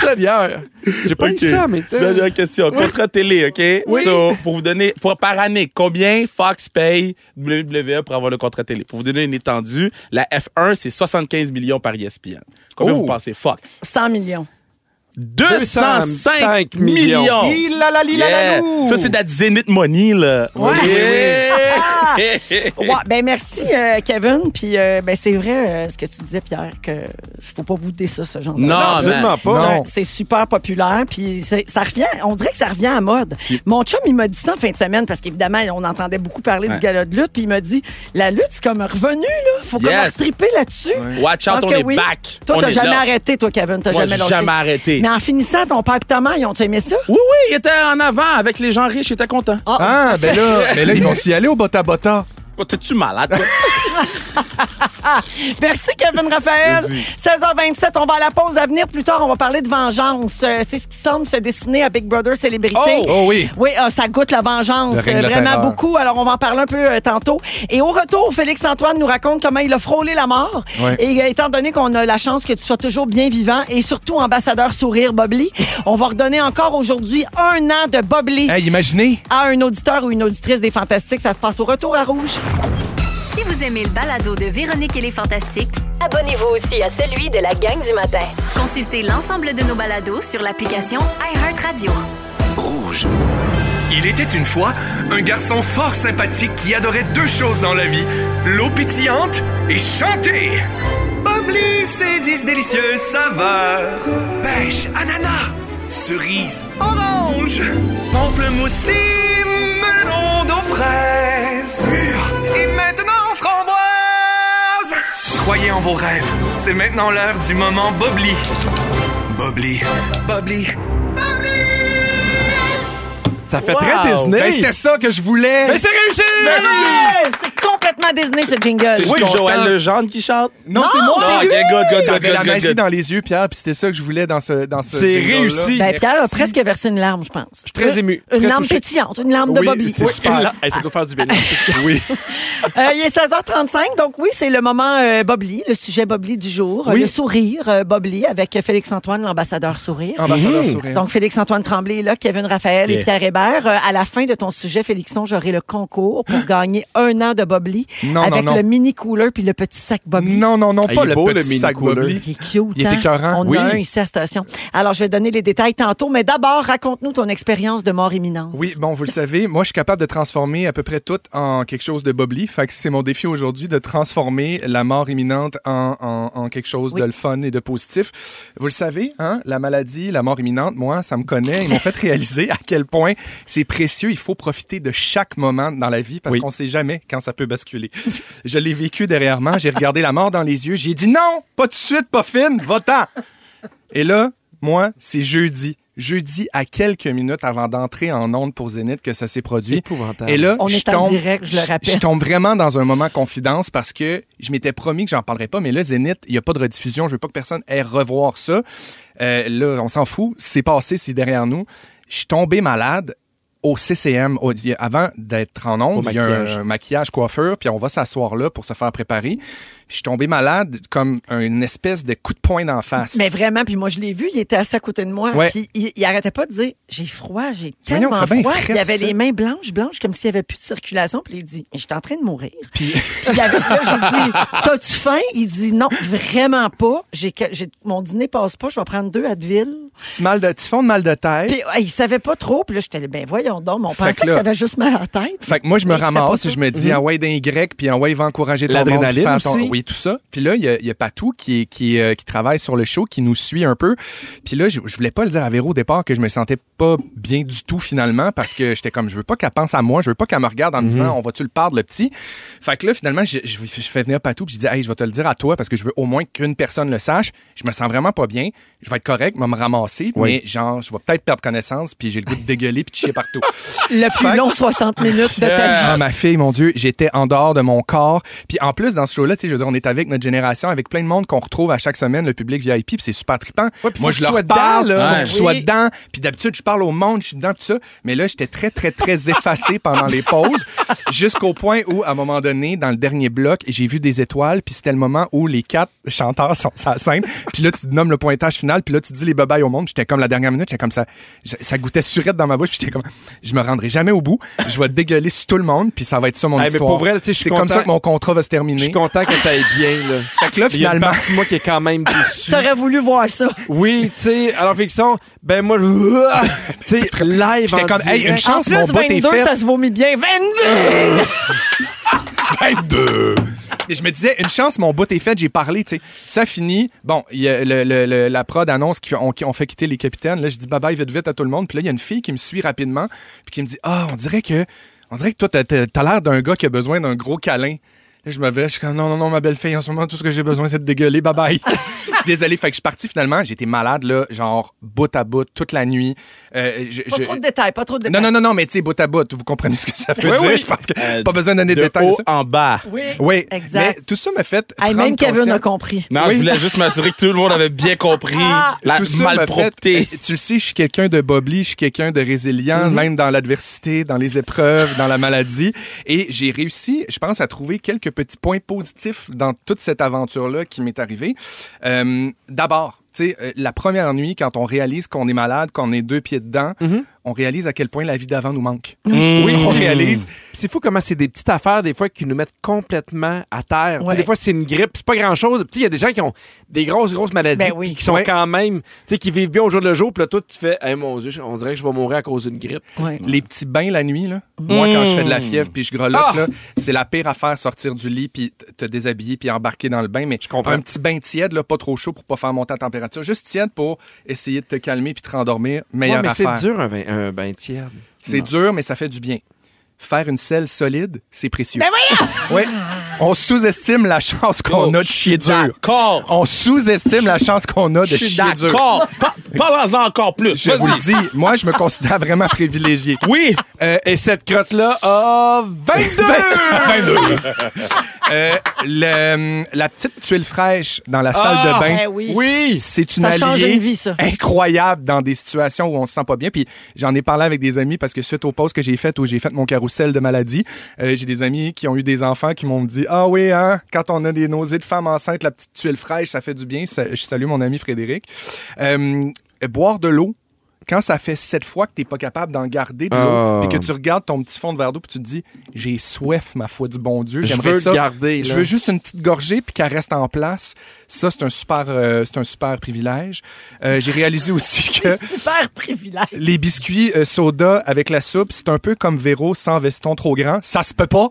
Seigneur. J'ai pas OK. eu ça, mais. euh, Dernière question. Contrat télé, OK? So, pour vous donner, pour, par année, combien Fox paye WWE pour avoir le contrat télé? Pour vous donner une étendue, la F1, c'est 75 millions par E ESPN. Combien Oh. vous pensez, Fox? 100 millions. 205 205 millions. millions. Yeah. Ça, c'est de Zenith Money, là. Ouais. [LAUGHS] Yeah. Ah! Ouais, ben merci, euh, Kevin. Puis euh, ben, c'est vrai euh, ce que tu disais, Pierre, que faut pas bouder ça, ce genre de Non, absolument man. pas. Non. C'est- C'est super populaire, puis c'est- ça revient, on dirait que ça revient à mode. Mon chum, il m'a dit ça en fin de semaine, parce qu'évidemment, on entendait beaucoup parler Ouais. du gala de lutte, puis il m'a dit, la lutte, c'est comme revenu, là. Faut Yes. comme triper là-dessus. Watch Je out, pense on que est oui. back. Toi, On t'as est jamais là. arrêté, toi, Kevin, t'as Moi, jamais lâché. jamais arrêté. Mais en finissant, ton père et ta mère, ils ont aimé ça? Oui, oui, il était en avant avec les gens riches, il était content. Ah, ben [LAUGHS] là, ben là, ils vont y aller au bota bota. Oh, T'es-tu malade? toi? Merci, Kevin Raphaël. 16h27, on va à la pause à venir. Plus tard, on va parler de vengeance. Euh, C'est ce qui semble se dessiner à Big Brother Célébrité. Oh! Oh oui. Oui, euh, ça goûte la vengeance, Le règne euh, de la vraiment terreur. beaucoup. Alors, on va en parler un peu euh, tantôt. Et au retour, Félix-Antoine nous raconte comment il a frôlé la mort. Ouais. Et euh, étant donné qu'on a la chance que tu sois toujours bien vivant et surtout ambassadeur sourire Bob Lee, on va redonner encore aujourd'hui un an de Bob Lee Hey, imaginez. à un auditeur ou une auditrice des Fantastiques. Ça se passe au retour à Rouge. Si vous aimez le balado de Véronique et les Fantastiques, Abonnez-vous aussi à celui de la gang du matin. consultez l'ensemble de nos balados sur l'application iHeartRadio. Rouge. Il était une fois un garçon fort sympathique qui adorait deux choses dans la vie l'eau pétillante et chanter. Bob Lee, c'est dix délicieuses saveurs pêche, ananas, cerise, orange, pamplemousse, lime, melon d'eau fraise, mûre et maintenant framboise. Croyez en vos rêves, c'est maintenant l'heure du moment Bob Lee. Bob Lee, Bob Lee. Ça fait Wow. très Disney. Ben, c'était ça que je voulais. Mais c'est réussi! Hey, C'est complètement Disney, ce jingle. C'est Oui, Joël j'entends. Legendre qui chante. Non, c'est moi, Ah, c'est ok, lui. good, good, good, T'avais good, la good, magie good. dans les yeux, Pierre, puis c'était ça que je voulais dans ce dans ce C'est jingle-là. réussi. Ben, Pierre a Merci. presque versé une larme, je pense. Je suis très ému, Une très larme touché. pétillante, une larme de Oui, Bobby. c'est Oui. super. Là, hey, ça doit faire [LAUGHS] du bénéfice. Oui. Euh, il est 16h35, donc oui, c'est le moment euh, Bob Lee, le sujet Bob Lee du jour. Oui. Le sourire euh, Bob Lee avec euh, Félix-Antoine, l'ambassadeur sourire. Ambassadeur Mmh. sourire. Donc, Félix-Antoine Tremblay est là, Kevin Raphaël et [GASPS] Yeah. Pierre Hébert. Euh, à la fin de ton sujet, Félixon, j'aurai le concours pour gagner un an de Bob Lee Non, non, avec non. le mini cooler puis le petit sac Bobby. Non, non, non, Ah, pas il est le beau, le petit mini sac cooler. Bobby. Il est cute, Il est hein? écœurant, On en oui. a un ici à la station. Alors, je vais donner les détails tantôt, mais d'abord, raconte-nous ton expérience de mort imminente. Oui, bon, vous le savez, moi, je suis capable de transformer à peu près tout en quelque chose de bobli. Fait que c'est mon défi aujourd'hui de transformer la mort imminente en, en- en quelque chose Oui. de le fun et de positif. Vous le savez, hein, la maladie, la mort imminente, moi, ça me connaît. Ils m'ont fait réaliser à quel point c'est précieux. Il faut profiter de chaque moment dans la vie parce Oui. qu'on sait jamais quand ça peut basculer. je l'ai vécu derrière moi. J'ai regardé la mort dans les yeux. J'ai dit non, pas de suite, pas fine, va-t'en. Et là, moi, c'est jeudi. Jeudi, à quelques minutes avant d'entrer en onde pour Zénith, que ça s'est produit. Épouvantable. Et là, On je est en tombe, direct, je le rappelle. je tombe vraiment dans un moment confidence parce que je m'étais promis que j'en parlerais pas, mais là, Zénith, il n'y a pas de rediffusion. Je veux pas que personne aille revoir ça. Euh, là, on s'en fout. C'est passé, c'est derrière nous. Je suis tombé malade au CCM. Au- il y a- avant d'être en Au onde, il y a maquillage. un, un maquillage coiffeur, puis on va s'asseoir là pour se faire préparer. Je suis tombé malade comme une espèce de coup de poing d'en face. Mais vraiment, puis moi, je l'ai vu, il était assis à côté de moi, Ouais. puis il, il arrêtait pas de dire « J'ai froid, j'ai Voyons, tellement fait bien froid. » frais, Il avait ça. les mains blanches, blanches, comme s'il n'y avait plus de circulation, puis il dit « Je suis en train de mourir. » Puis il avait- là, j'ai dit « T'as-tu faim? » Il dit « Non, vraiment pas. J'ai, que- j'ai- mon dîner passe pas, je vais prendre deux Advil. Petit, mal de, petit fond de mal de tête. Puis ouais, il savait pas trop, puis là, j'étais là, « Ben voyons donc, mon Fait pensait que que là- t'avais juste mal à la tête. » Fait que moi, je me Mais il fait pas ramasse ça. Mhm. et je me dis, ah ouais, d'un Y, puis ah ouais, il va encourager ton monde. L'adrénaline puis faire ton- aussi. Oui, tout ça. Puis là, il y a, il y a Patou qui, est- qui, est, euh, qui travaille sur le show, qui nous suit un peu. Puis là, je, je voulais pas le dire à Véro au départ que je me sentais pas bien du tout finalement parce que j'étais comme, je veux pas qu'elle pense à moi, je veux pas qu'elle me regarde en me disant, Mhm. on va-tu le perdre, le petit? Fait que là, finalement, je, je, je fais venir Patou puis je dis, hey, je vais te le dire à toi parce que je veux au moins qu'une personne le sache. Je me sens vraiment pas bien. Je vais être correct, je vais me ramasser, mais genre, je vais peut-être perdre connaissance puis j'ai le goût de dégueuler puis de [LAUGHS] chier partout. Le plus Fait- long 60 minutes de ta vie. Ah, ma fille, mon Dieu, j'étais en dehors de mon corps. Puis en plus, dans ce show-là, tu sais, je veux dire, on est avec notre génération, avec plein de monde qu'on retrouve à chaque semaine, le public VIP, puis c'est super trippant. Ouais, puis Moi, faut que je tu leur sois parle, dedans, là. faut que je sois Oui. dedans. Puis d'habitude, je parle au monde, je suis dedans, tout ça. Mais là, j'étais très, [LAUGHS] très, très effacé pendant les pauses, jusqu'au point où, à un moment donné, dans le dernier bloc, j'ai vu des étoiles, puis c'était le moment où les quatre chanteurs sont sur la scène. Puis là, tu nommes le pointage final, puis là, tu dis les babayes au monde. Puis J'étais comme la dernière minute, j'étais comme ça, ça goûtait surette dans ma bouche, puis j'étais comme, je me rendrai jamais au bout, je vais dégueuler sur tout le monde, puis ça va être ça mon Hey, mais histoire. pour vrai, tu sais, je suis C'est comme content. ça que mon contrat va se Je suis terminer. content que ça aille bien, là. Fait que là, Il y a une finalement, partie de moi qui est quand [LAUGHS] même déçue. T'aurais voulu voir ça. Oui, tu sais, alors fiction, ben moi, [LAUGHS] je- tu sais, live J'étais en comme, hey, une direct. chance, Plus mon bot est 22, fait. ça se vomit bien. 22! 22. Et je me disais, une chance, mon bout est fait, j'ai parlé, tu sais. Ça finit. Bon, il y a le- le- le- la prod annonce qu'on qu'on fait quitter les capitaines. Là, je dis bye bye vite vite à tout le monde. Puis là, il y a une fille qui me suit rapidement, puis qui me dit, ah, on dirait que, on dirait que toi, t'as- t'as t'as l'air d'un gars qui a besoin d'un gros câlin. Là, je me vais, je suis comme, non, non, non, ma belle fille, en ce moment, tout ce que j'ai besoin, c'est de dégueuler, bye bye. je suis désolé, fait que je suis parti finalement. J'étais malade, là, genre, bout à bout, toute la nuit. Euh, je- Pas je- trop de détails, pas trop de Non, détails. non, non, non, mais tu sais, bout à bout, vous comprenez ce que ça veut Oui, dire. oui. Je pense que Euh, pas besoin de donner de, De détails. haut ça. en bas. [LAUGHS] Oui, Exact. mais tout ça m'a fait Hey, prendre Ah, même Kevin conscience- a compris. Non, Oui. je voulais juste m'assurer que tout le monde avait bien compris la Ah, tout ça m'a malpropreté. fait- [LAUGHS] Tu le sais, je suis quelqu'un de bobli, je suis quelqu'un de résilient, même dans l'adversité, dans les épreuves, dans la maladie. Et j'ai réussi, je pense, à trouver quelques petits points positifs dans toute cette aventure-là qui m'est arrivée. Euh, D'abord, tu sais, euh, la première nuit, quand on réalise qu'on est malade, qu'on est deux pieds dedans, on réalise à quel point la vie d'avant nous manque. Oui, on réalise. Puis C'est fou comment c'est des petites affaires, des fois, qui nous mettent complètement à terre. Tu sais, Ouais. Des fois, c'est une grippe, c'est pas grand-chose. Puis, Il y a des gens qui ont des grosses, grosses maladies, Ben oui. puis qui sont Ouais. quand même, tu sais, qui vivent bien au jour le jour, puis là, toi, tu fais, hey, mon Dieu, on dirait que je vais mourir à cause d'une grippe. Ouais. Les petits bains la nuit, là. Moi, quand je fais de la fièvre puis je grelotte, Ah! là, c'est la pire affaire sortir du lit puis t- te déshabiller puis embarquer dans le bain. Mais je comprends. Un petit bain tiède, là, pas trop chaud pour pas faire monter la température. Juste tiède pour essayer de te calmer puis te rendormir. Ouais, Meilleure mais c'est affaire. dur, un bain, un bain tiède. C'est dur, mais ça fait du bien. Faire une selle solide, c'est précieux. Oui. On sous-estime la chance qu'on a de chier dur. D'accord. On sous-estime la chance qu'on a de Je suis chier dur. d'accord. [LAUGHS] Pa- Parlons-en encore plus. Je vous le Vas-y. dis, moi, je me considère vraiment privilégié. [LAUGHS] Oui. Euh, Et cette crotte-là a 22! Euh, le- la petite tuile fraîche dans la salle Ah, de bain. eh oui. [LAUGHS] oui! Ben C'est une Ça alliée change une vie, ça. incroyable dans des situations où on se sent pas bien. Puis j'en ai parlé avec des amis parce que suite aux pauses que j'ai faites où j'ai fait mon carrousel de maladie, euh, j'ai des amis qui ont eu des enfants qui m'ont dit Ah oui, hein, quand on a des nausées de femmes enceintes, la petite tuile fraîche, ça fait du bien. Ça- je salue mon ami Frédéric. Euh, boire de l'eau Quand ça fait sept fois que t'es pas capable d'en garder de Ah. l'eau, puis que tu regardes ton petit fond de verre d'eau, puis tu te dis, j'ai soif, ma foi du bon Dieu, Je j'aimerais veux ça. le garder, je là. veux juste une petite gorgée, puis qu'elle reste en place. Ça, c'est un super, euh, c'est un super privilège. Euh, j'ai réalisé [LAUGHS] aussi que Super privilège. les biscuits euh, soda avec la soupe, c'est un peu comme Véro sans veston trop grand. Ça se [LAUGHS] peut pas.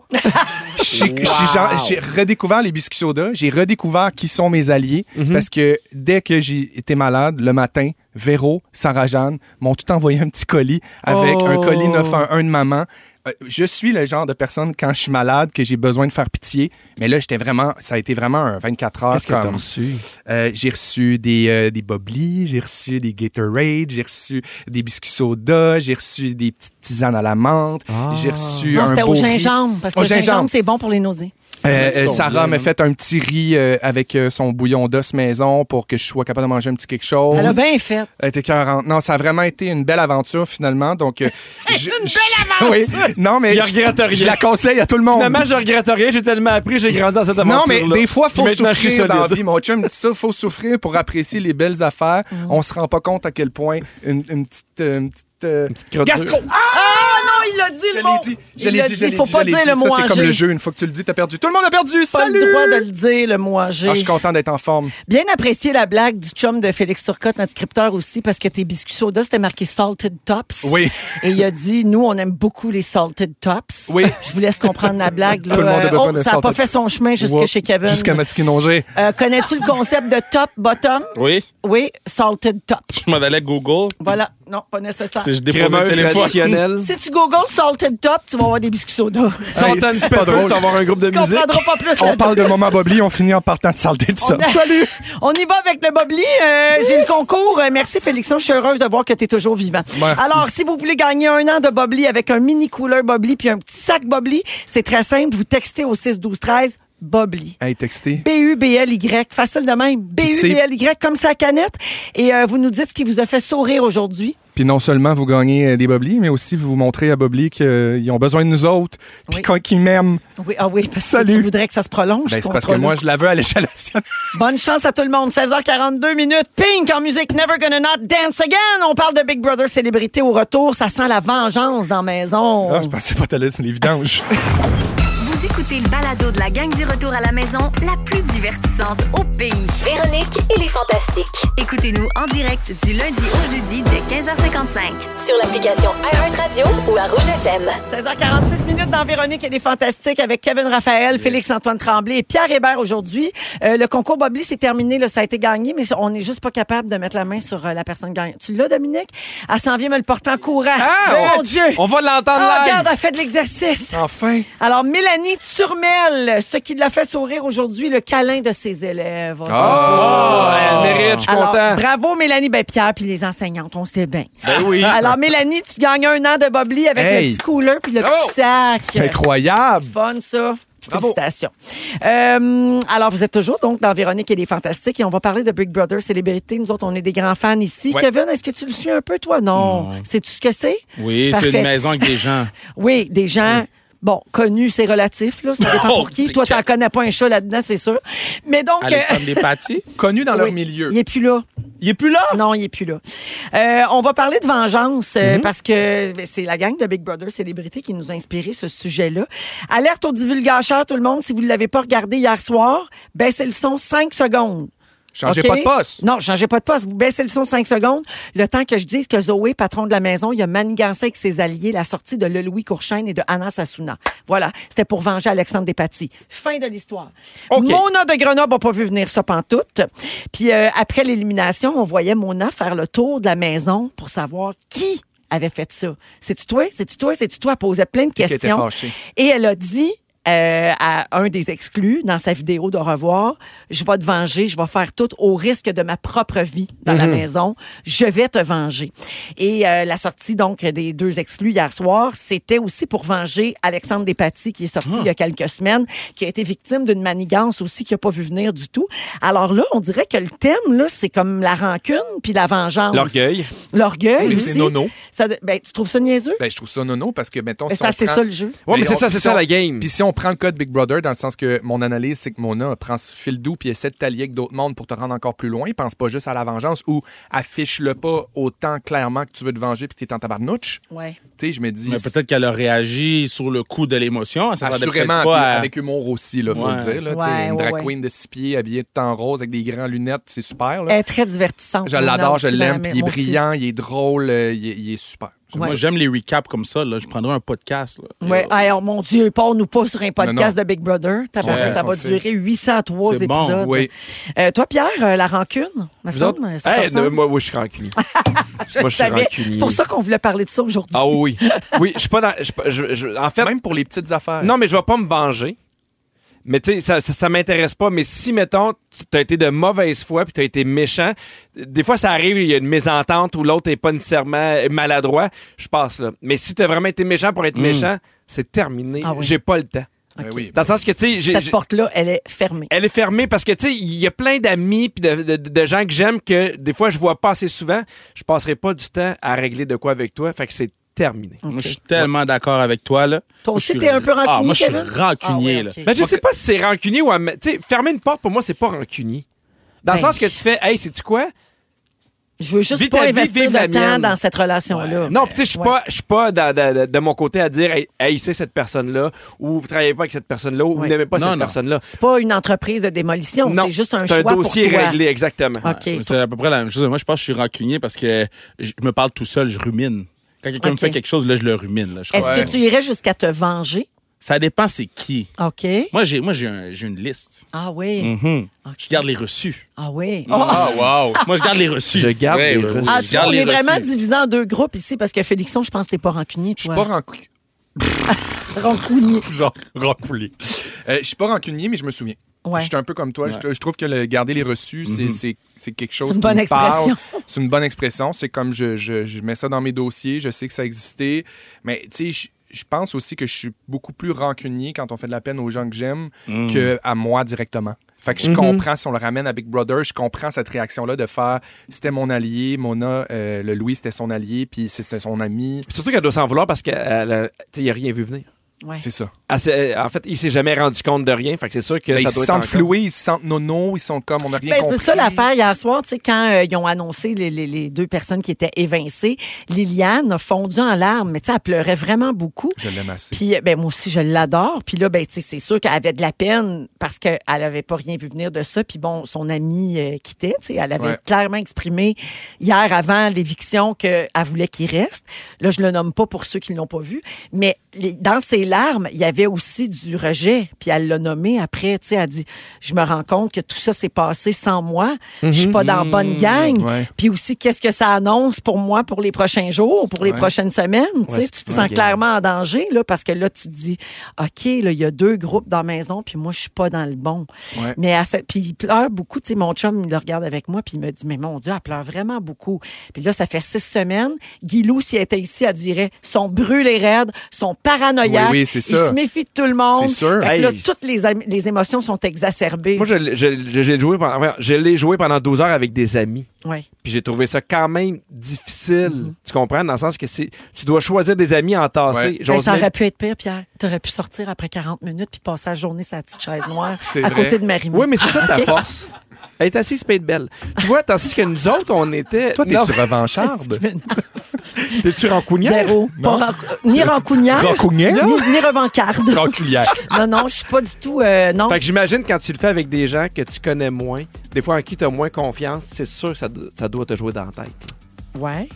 J'ai j'ai- j'en- j'ai redécouvert les biscuits soda. J'ai redécouvert qui sont mes alliés. Mhm. Parce que dès que j'ai été malade, le matin, Véro, Sarah-Jeanne m'ont tout envoyé un petit colis avec Oh. un colis 911 de maman. Euh, Je suis le genre de personne, quand je suis malade, que j'ai besoin de faire pitié. Mais là, j'étais vraiment... Ça a été vraiment un 24 heures. Qu'est-ce que t'as comme- reçu? euh, j'ai reçu des, euh, des Bobli, j'ai reçu des Gatorade, j'ai reçu des biscuits soda, j'ai reçu des petites tisanes à la menthe, Ah. j'ai reçu Non, un c'était beau au riz. gingembre, parce que Au le gingembre, gingembre. c'est bon pour les nausées. Euh, euh, Ils sont Sarah bien, m'a hein. fait un petit riz euh, avec euh, son bouillon d'os maison pour que je sois capable de manger un petit quelque chose. Elle a bien fait. Elle était écœurante. Non, ça a vraiment été une belle aventure finalement. [LAUGHS] Donc, euh, je- je- [LAUGHS] oui. Non, mais Il je, regrette rien. je la conseille à tout le monde. Finalement, je regrette rien. J'ai tellement appris, j'ai grandi dans cette aventure. Non, mais des fois, faut maintenant, je suis souffrir dans la solide. vie. Mon chum dit ça, faut souffrir pour apprécier les belles affaires. Mm. On se rend pas compte à quel point une, une petite... euh, une petite, euh, Gastro! Ah, Ah non, il l'a dit, je l'ai dit, je l'ai dit, je l'ai dit. faut pas je l'ai dire dit. le mot Ça, c'est comme âgé. le jeu. Une fois que tu le dis, t'as perdu. Tout le monde a perdu! Pas Salut! le droit de le dire, le mot âgé. Ah, je suis content d'être en forme. Bien apprécié la blague du chum de Félix Turcotte, notre scripteur aussi, parce que tes biscuits soda, c'était marqué Salted Tops. Oui. Et il a dit, nous, on aime beaucoup les Salted Tops. Oui. Je vous laisse comprendre la blague. Là. Tout le monde a Euh, besoin oh, d'un ça n'a pas salted- fait son chemin jusque Wow. chez Kevin. Jusqu'à Masquinongé. Euh, Connais-tu le concept de top, bottom? Oui, Oui, Salted Top. je m'en allais à Google. Voilà. Non, pas nécessaire. Si je dépose le Crémeuse téléphone. traditionnelle. Si tu googles Salted Top, tu vas avoir des biscuits soda. Sans Hey, c'est pas drôle. tu vas avoir un groupe de Tu musique. comprendras pas plus. On là-dedans. parle de moment Bobli, on finit en partant de saleté de ça. On a- On y va avec le Bobli. Euh, J'ai le concours. Euh, merci, Félixon. Je suis heureuse de voir que tu es toujours vivant. Merci. Alors, si vous voulez gagner un an de Bobli avec un mini couleur Bobli puis un petit sac Bobli, c'est très simple. Vous textez au 6 12 13 Bobli. Hey, texté. B-U-B-L-Y, facile de même. B-U-B-L-Y, comme sa canette. Et euh, vous nous dites ce qui vous a fait sourire aujourd'hui. Puis non seulement vous gagnez euh, des Bobli, mais aussi vous montrez à Bobli qu'ils ont besoin de nous autres, puis Oui. qu'on- qu'ils m'aiment. Oui, ah oui, parce Salut. que tu voudrais que ça se prolonge. Ben, c'est ton parce que trollo. moi, je la veux à l'échelle nationale. Bonne chance à tout le monde. 16h42 minutes. Pink en musique. Never gonna not dance again. On parle de Big Brother célébrité au retour. Ça sent la vengeance dans la maison. Ah, je pensais pas que t'allais dans les vidanges. Vous écoutez le balado de la gang du retour à la maison, la plus divertissante au pays. Véronique et les Fantastiques. Écoutez-nous en direct du lundi au jeudi dès 15h55. Sur l'application iHeartRadio ou à Rouge FM. 16h46 minutes dans Véronique et les Fantastiques avec Kevin Raphaël, Félix-Antoine Tremblay et Pierre Hébert aujourd'hui. Euh, le concours Bobli, c'est terminé. Là, ça a été gagné, mais on n'est juste pas capable de mettre la main sur euh, la personne gagnante. Tu l'as, Dominique? Elle s'en vient me le porter en courant. [LAUGHS] Ah, Mon Dieu! On va l'entendre Ah, live. regarde, elle fait de l'exercice. [LAUGHS] Enfin! Alors, Mélanie Turmel, ce qui l'a fait sourire aujourd'hui, le câlin de ses élèves. Oh, elle mérite, je suis Alors, content. bravo Mélanie ben, Pierre puis les enseignantes, on sait bien. Ben oui. [LAUGHS] Alors Mélanie, tu gagnes un an de Bobli avec le Hey. petit cooler puis le Bravo. petit sac. C'est [LAUGHS] incroyable! Fun ça. Bravo. Félicitations. Euh, alors, vous êtes toujours donc dans Véronique et les Fantastiques et on va parler de Big Brother Célébrité. Nous autres, on est des grands fans ici. Ouais. Kevin, est-ce que tu le suis un peu, toi? Non. Sais-tu ce que c'est? Oui, c'est Parfait. une maison avec [LAUGHS] des gens. Oui, des gens. Bon, connus, c'est relatif, là. Ça dépend Oh, [LAUGHS] pour qui. t'es Toi, t'en quel- connais pas un chat là-dedans, c'est sûr. Mais donc. Alexandre Despatie. Connu dans Oui. leur milieu. Il est plus là. Il est plus là. Non, il est plus là. Euh, on va parler de vengeance euh, Mhm. parce que ben, c'est la gang de Big Brother Célébrité qui nous a inspiré ce sujet-là. Alerte aux divulgateurs, tout le monde. Si vous ne l'avez pas regardé hier soir, baissez le son 5 secondes. Changez OK? pas de poste. Non, changez pas de poste. Vous baissez le son 5 secondes. Le temps que je dise que Zoé, patron de la maison, il a manigancé avec ses alliés la sortie de le Louis Courchaine et de Anna Sassouna. Voilà. C'était pour venger Alexandre Despatie. Fin de l'histoire. OK. Mona de Grenoble n'a pas vu venir ça pantoute. Puis euh, après l'élimination, on voyait Mona faire le tour de la maison pour savoir qui avait fait ça. C'est-tu toi? C'est-tu toi? C'est-tu toi? Elle posait plein de Qui était questions. fâché. Et elle a dit euh, à un des exclus dans sa vidéo de revoir, je vais te venger, je vais faire tout au risque de ma propre vie dans Mhm. la maison. Je vais te venger. Et euh, la sortie donc des deux exclus hier soir, c'était aussi pour venger Alexandre Despatie qui est sorti Ah. il y a quelques semaines, qui a été victime d'une manigance aussi qu'il n'a pas vu venir du tout. Alors là, on dirait que le thème là, c'est comme la rancune puis la vengeance. L'orgueil. L'orgueil Mais c'est aussi. nono. Ça de- ben, tu trouves ça niaiseux Ben, je trouve ça nono parce que, mettons, si on Ben, c'est prend- ça le jeu. Ouais, mais Mais c'est on- ça, c'est si ça on- la game. Puis si on prend le code Big Brother dans le sens que mon analyse, c'est que Mona prend ce fil doux puis essaie de t'allier avec d'autres mondes pour te rendre encore plus loin. Pense pas juste à la vengeance ou affiche-le pas autant clairement que tu veux te venger puis que t'es en tabarnouche. Ouais. Tu sais, je me dis. Mais peut-être qu'elle a réagi sur le coup de l'émotion. Elle s'attendait peut-être Assurément, pas puis à- avec humour aussi, là, faut Ouais. le dire. là, tu sais, Ouais, une drag ouais, ouais. queen de six pieds habillée de temps rose avec des grandes lunettes, c'est super. là. Elle est très divertissante. Je Mona l'adore, je aussi, l'aime, madame, puis il est moi aussi. brillant, il est drôle, euh, il est, il est super. J'aime Moi, j'aime les recaps comme ça. Là. Je prendrais un podcast. là. Ouais. Euh, Alors, mon Dieu, porte-nous pas sur un podcast de Big Brother. Tabarnak, Ouais, ça on va le fait. durer 803 C'est épisodes. bon, oui. Euh, toi, Pierre, euh, la rancune, ma Vous autres? ça te Hey, ressemble? non, moi, oui, je [LAUGHS] suis rancunier. Je moi, je suis savais. rancunier. C'est pour ça qu'on voulait parler de ça aujourd'hui. ah oui. Oui, je suis pas dans. je suis pas- je- je- en fait, Même pour les petites affaires. non, mais je vais pas me venger. Mais tu sais, ça, ça, ça m'intéresse pas. Mais si, mettons, t'as été de mauvaise foi puis t'as été méchant, des fois, ça arrive, il y a une mésentente ou l'autre est pas nécessairement maladroit, je passe là. Mais si t'as vraiment été méchant pour être méchant, c'est terminé. Ah oui. J'ai pas le temps. Ben oui. Dans le sens que, tu sais, j'ai- Cette j'ai- porte-là, elle est fermée. elle est fermée parce que, tu sais, il y a plein d'amis puis de, de- de gens que j'aime que des fois, je vois pas assez souvent. Je passerai pas du temps à régler de quoi avec toi. Fait que c'est terminé. Moi, je suis tellement d'accord avec toi. Là. Toi Moi, je aussi, suis- t'es un peu rancunier, Ah, moi, je suis Kevin? rancunier. Ah, ouais, là. ok. Ben, je sais pas si c'est rancunier ou... am- Tu sais, fermer une porte, pour moi, c'est pas rancunier. Dans le Ben, sens que tu fais, hey, c'est tu quoi? Je veux juste Vis pas ta vie, investir vive de la temps mienne. dans cette relation-là. Non, pis tu sais, je suis Ah, ben, Ouais. pas, je suis pas dans- dans- dans- de mon côté à dire, hey, hey, c'est cette personne-là, ou vous travaillez pas avec cette personne-là, ou vous Ouais. n'aimez pas Non, cette non. personne-là. C'est pas une entreprise de démolition, Non, c'est juste un c'est choix un dossier pour toi. réglé, exactement. OK. C'est à peu près la même chose. Moi, je pense que je suis rancunier parce que je me parle tout seul, je rumine. Quand quelqu'un me Ok. fait quelque chose, là, je le rumine. là. Je Est-ce crois- que tu irais jusqu'à te venger? Ça dépend c'est qui. OK. Moi, j'ai moi, j'ai un- j'ai une liste. Ah oui. Mm. Mhm. OK. Je garde les reçus. Ah oui. Ah, wow! Moi, je garde les reçus. Je garde les reçus. Ah, je tu- garde on les est vraiment reçus. divisé en deux groupes ici parce que Félixon, je pense que t'es pas rancunier, Je suis toi. pas rancunier. rancunier. Genre, rancoulé. Euh, je suis pas rancunier, mais je me souviens. Ouais. Je suis un peu comme toi. Ouais. Je, je trouve que le garder les reçus, c'est- Mhm. c'est c'est quelque chose C'est une qui bonne me parle. expression. C'est une bonne expression. C'est comme je, je, je mets ça dans mes dossiers, je sais que ça existait. Mais tu sais, je- je pense aussi que je suis beaucoup plus rancunier quand on fait de la peine aux gens que j'aime Mm. que à moi directement. Fait que je Mhm. comprends, si on le ramène à Big Brother, je comprends cette réaction-là de faire c'était mon allié, Mona, euh, le Louis c'était son allié, puis c'était son ami. Pis surtout qu'elle doit s'en vouloir parce qu'il n'y a rien vu venir. Ouais. C'est ça. Elle s'est- en fait, il s'est jamais rendu compte de rien. Fait que c'est sûr que Ben, ils ça se doit être sentent encore- floués, ils se sentent nono, ils sont comme on n'a rien Ben, compris. c'est ça l'affaire hier soir, tu sais, quand euh, ils ont annoncé les, les- les deux personnes qui étaient évincées, Liliane a fondu en larmes, mais tu sais, elle pleurait vraiment beaucoup. Je l'aime assez. Puis, ben, moi aussi, je l'adore. Puis là, ben, tu sais, c'est sûr qu'elle avait de la peine parce qu'elle n'avait pas rien vu venir de ça. Puis bon, son amie euh, quittait. tu sais. Elle avait Ouais. clairement exprimé hier avant l'éviction qu'elle voulait qu'il reste. Là, je le nomme pas pour ceux qui ne l'ont pas vu. Mais les- dans ses larmes, il y avait aussi du rejet. Puis elle l'a nommé après. tu sais, Elle a dit Je me rends compte que tout ça s'est passé sans moi. Je suis pas dans la bonne gang. Mhm. Mmh, Ouais. Puis aussi, qu'est-ce que ça annonce pour moi pour les prochains jours, pour les Ouais. prochaines semaines? tu sais, c'est tu te une sens game. clairement en danger, là, parce que là, tu te dis, OK, là, il y a deux groupes dans la maison, puis moi, je suis pas dans le bon. Ouais. Mais à cette- puis il pleure beaucoup. Tu sais, mon chum, il le regarde avec moi, puis il me dit, mais mon Dieu, elle pleure vraiment beaucoup. Puis là, ça fait six semaines. Guilou, si elle était ici, elle dirait, son brûlé raide, son paranoïaque. Oui, oui, c'est Il ça. se méfie de tout le monde. C'est sûr. Fait que là, Hey. toutes les, am- les émotions sont exacerbées. Moi, je, l'ai- je, je- je l'ai joué pendant, enfin, je l'ai joué pendant 12 heures avec des amis. Ouais. Puis j'ai trouvé ça quand même difficile. Mmh. Tu comprends? Dans le sens que c'est, tu dois choisir des amis entassés. Ouais. J'ose Ben, ça même- aurait pu être pire, Pierre. Tu aurais pu sortir après 40 minutes puis passer la journée sur la petite chaise noire C'est à vrai. côté de marie Oui, mais c'est [LAUGHS] ça ta force. Elle est assise paye de belle. Tu vois, tandis que nous autres, on était. Toi, Non, t'es-tu [LAUGHS] revancharde? t'es-tu rancunière? Zéro. Pas ran- Ni rancunière. Rancunière? Ni, ni revancarde. Rancunière. non, non, je suis pas du tout. euh, non. Fait que j'imagine quand tu le fais avec des gens que tu connais moins, des fois en qui tu as moins confiance, c'est sûr que ça, do- ça doit te jouer dans la tête. Ouais.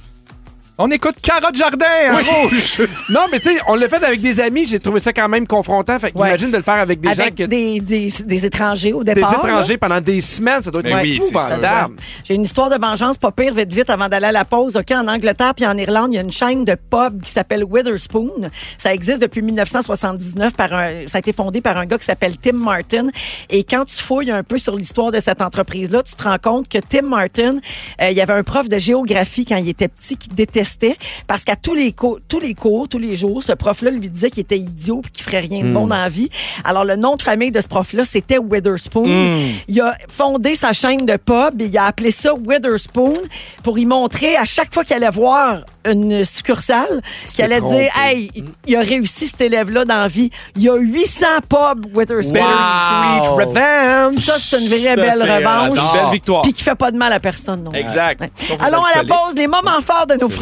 On écoute Carotte Jardin en rouge! Non, mais tu sais, on l'a fait avec des amis, j'ai trouvé ça quand même confrontant. Fait que Ouais. imagine de le faire avec des gens Avec que des, des, des étrangers au des départ. étrangers pendant des semaines, ça doit être Ben oui, c'est sûr. épouvantable. J'ai une histoire de vengeance, pas pire, vite, vite, avant d'aller à la pause. OK, en Angleterre puis en Irlande, il y a une chaîne de pubs qui s'appelle Witherspoon. Ça existe depuis 1979. Par un, ça a été fondé par un gars qui s'appelle Tim Martin. Et quand tu fouilles un peu sur l'histoire de cette entreprise-là, tu te rends compte que Tim Martin, euh, il y avait un prof de géographie quand il était petit qui détestait détestait parce qu'à tous les cours, tous les cours, tous les jours, ce prof-là lui disait qu'il était idiot puis qu'il ferait rien de Hmm. bon dans la vie. Alors le nom de famille de ce prof-là, c'était Witherspoon. Hmm. Il a fondé sa chaîne de pub et il a appelé ça Witherspoon pour y montrer à chaque fois qu'il allait voir une succursale qu'il allait trompé. dire hey, il a réussi cet élève-là dans la vie. Il y a 800 pubs Witherspoon. Wow. Bittersweet revenge. Ça, c'est une vraie Ça, belle c'est un revanche. Une belle victoire. Puis qui fait pas de mal à personne, non. Exact. Ouais. Sauf aux Allons à la alcooliques. pause, les moments forts de nos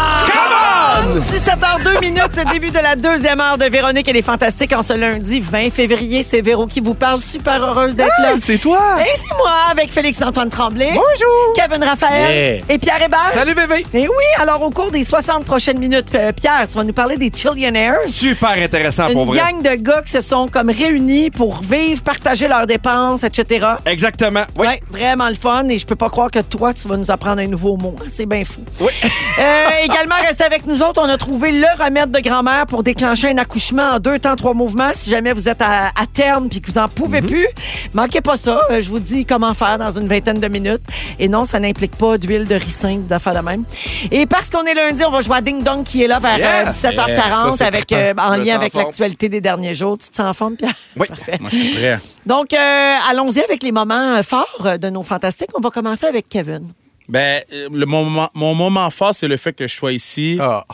Ah, Come 17h02 minutes, le début de la deuxième heure de Véronique et les Fantastiques en ce lundi 20 février. C'est Véro qui vous parle. Super heureuse d'être là. [LAUGHS] C'est toi! Et c'est moi avec Félix-Antoine Tremblay. Bonjour. Kevin Raphaël. Et Pierre Hébert. on! Salut bébé! Et oui, alors au cours des 60 prochaines minutes, euh, Pierre, tu vas nous parler des Chillionaires. Super intéressant Ah, pour Une vrai. gang de gars qui se sont comme réunis pour vivre, partager leurs dépenses, etc. Exactement. Oui. Ouais, vraiment le fun et je peux pas croire que toi, tu vas nous apprendre un nouveau mot. hein. C'est bien fou. Oui. [LAUGHS] Euh, également, restez avec nous autres. On a trouvé le remède de grand-mère pour déclencher un accouchement en deux temps, trois mouvements. Si jamais vous êtes à, à terme puis que vous en pouvez Mhm. plus, manquez pas ça. Euh, Je vous dis comment faire dans une vingtaine de minutes. Et non, ça n'implique pas d'huile de ricin ou d'affaires de même. Et parce qu'on est lundi, on va jouer à Ding Dong qui est là vers Yeah. euh, 17h40 Yeah, ça, c'est avec, euh, en Je lien me sens avec en forme. l'actualité des derniers jours. Tu te sens en forme, Pierre? Oui. Moi, je suis prêt. Donc, euh, allons-y avec les moments euh, forts euh, de nos fantastiques. On va commencer avec Kevin. Ben, euh, le moment, mon moment fort, c'est le fait que je sois ici Ah.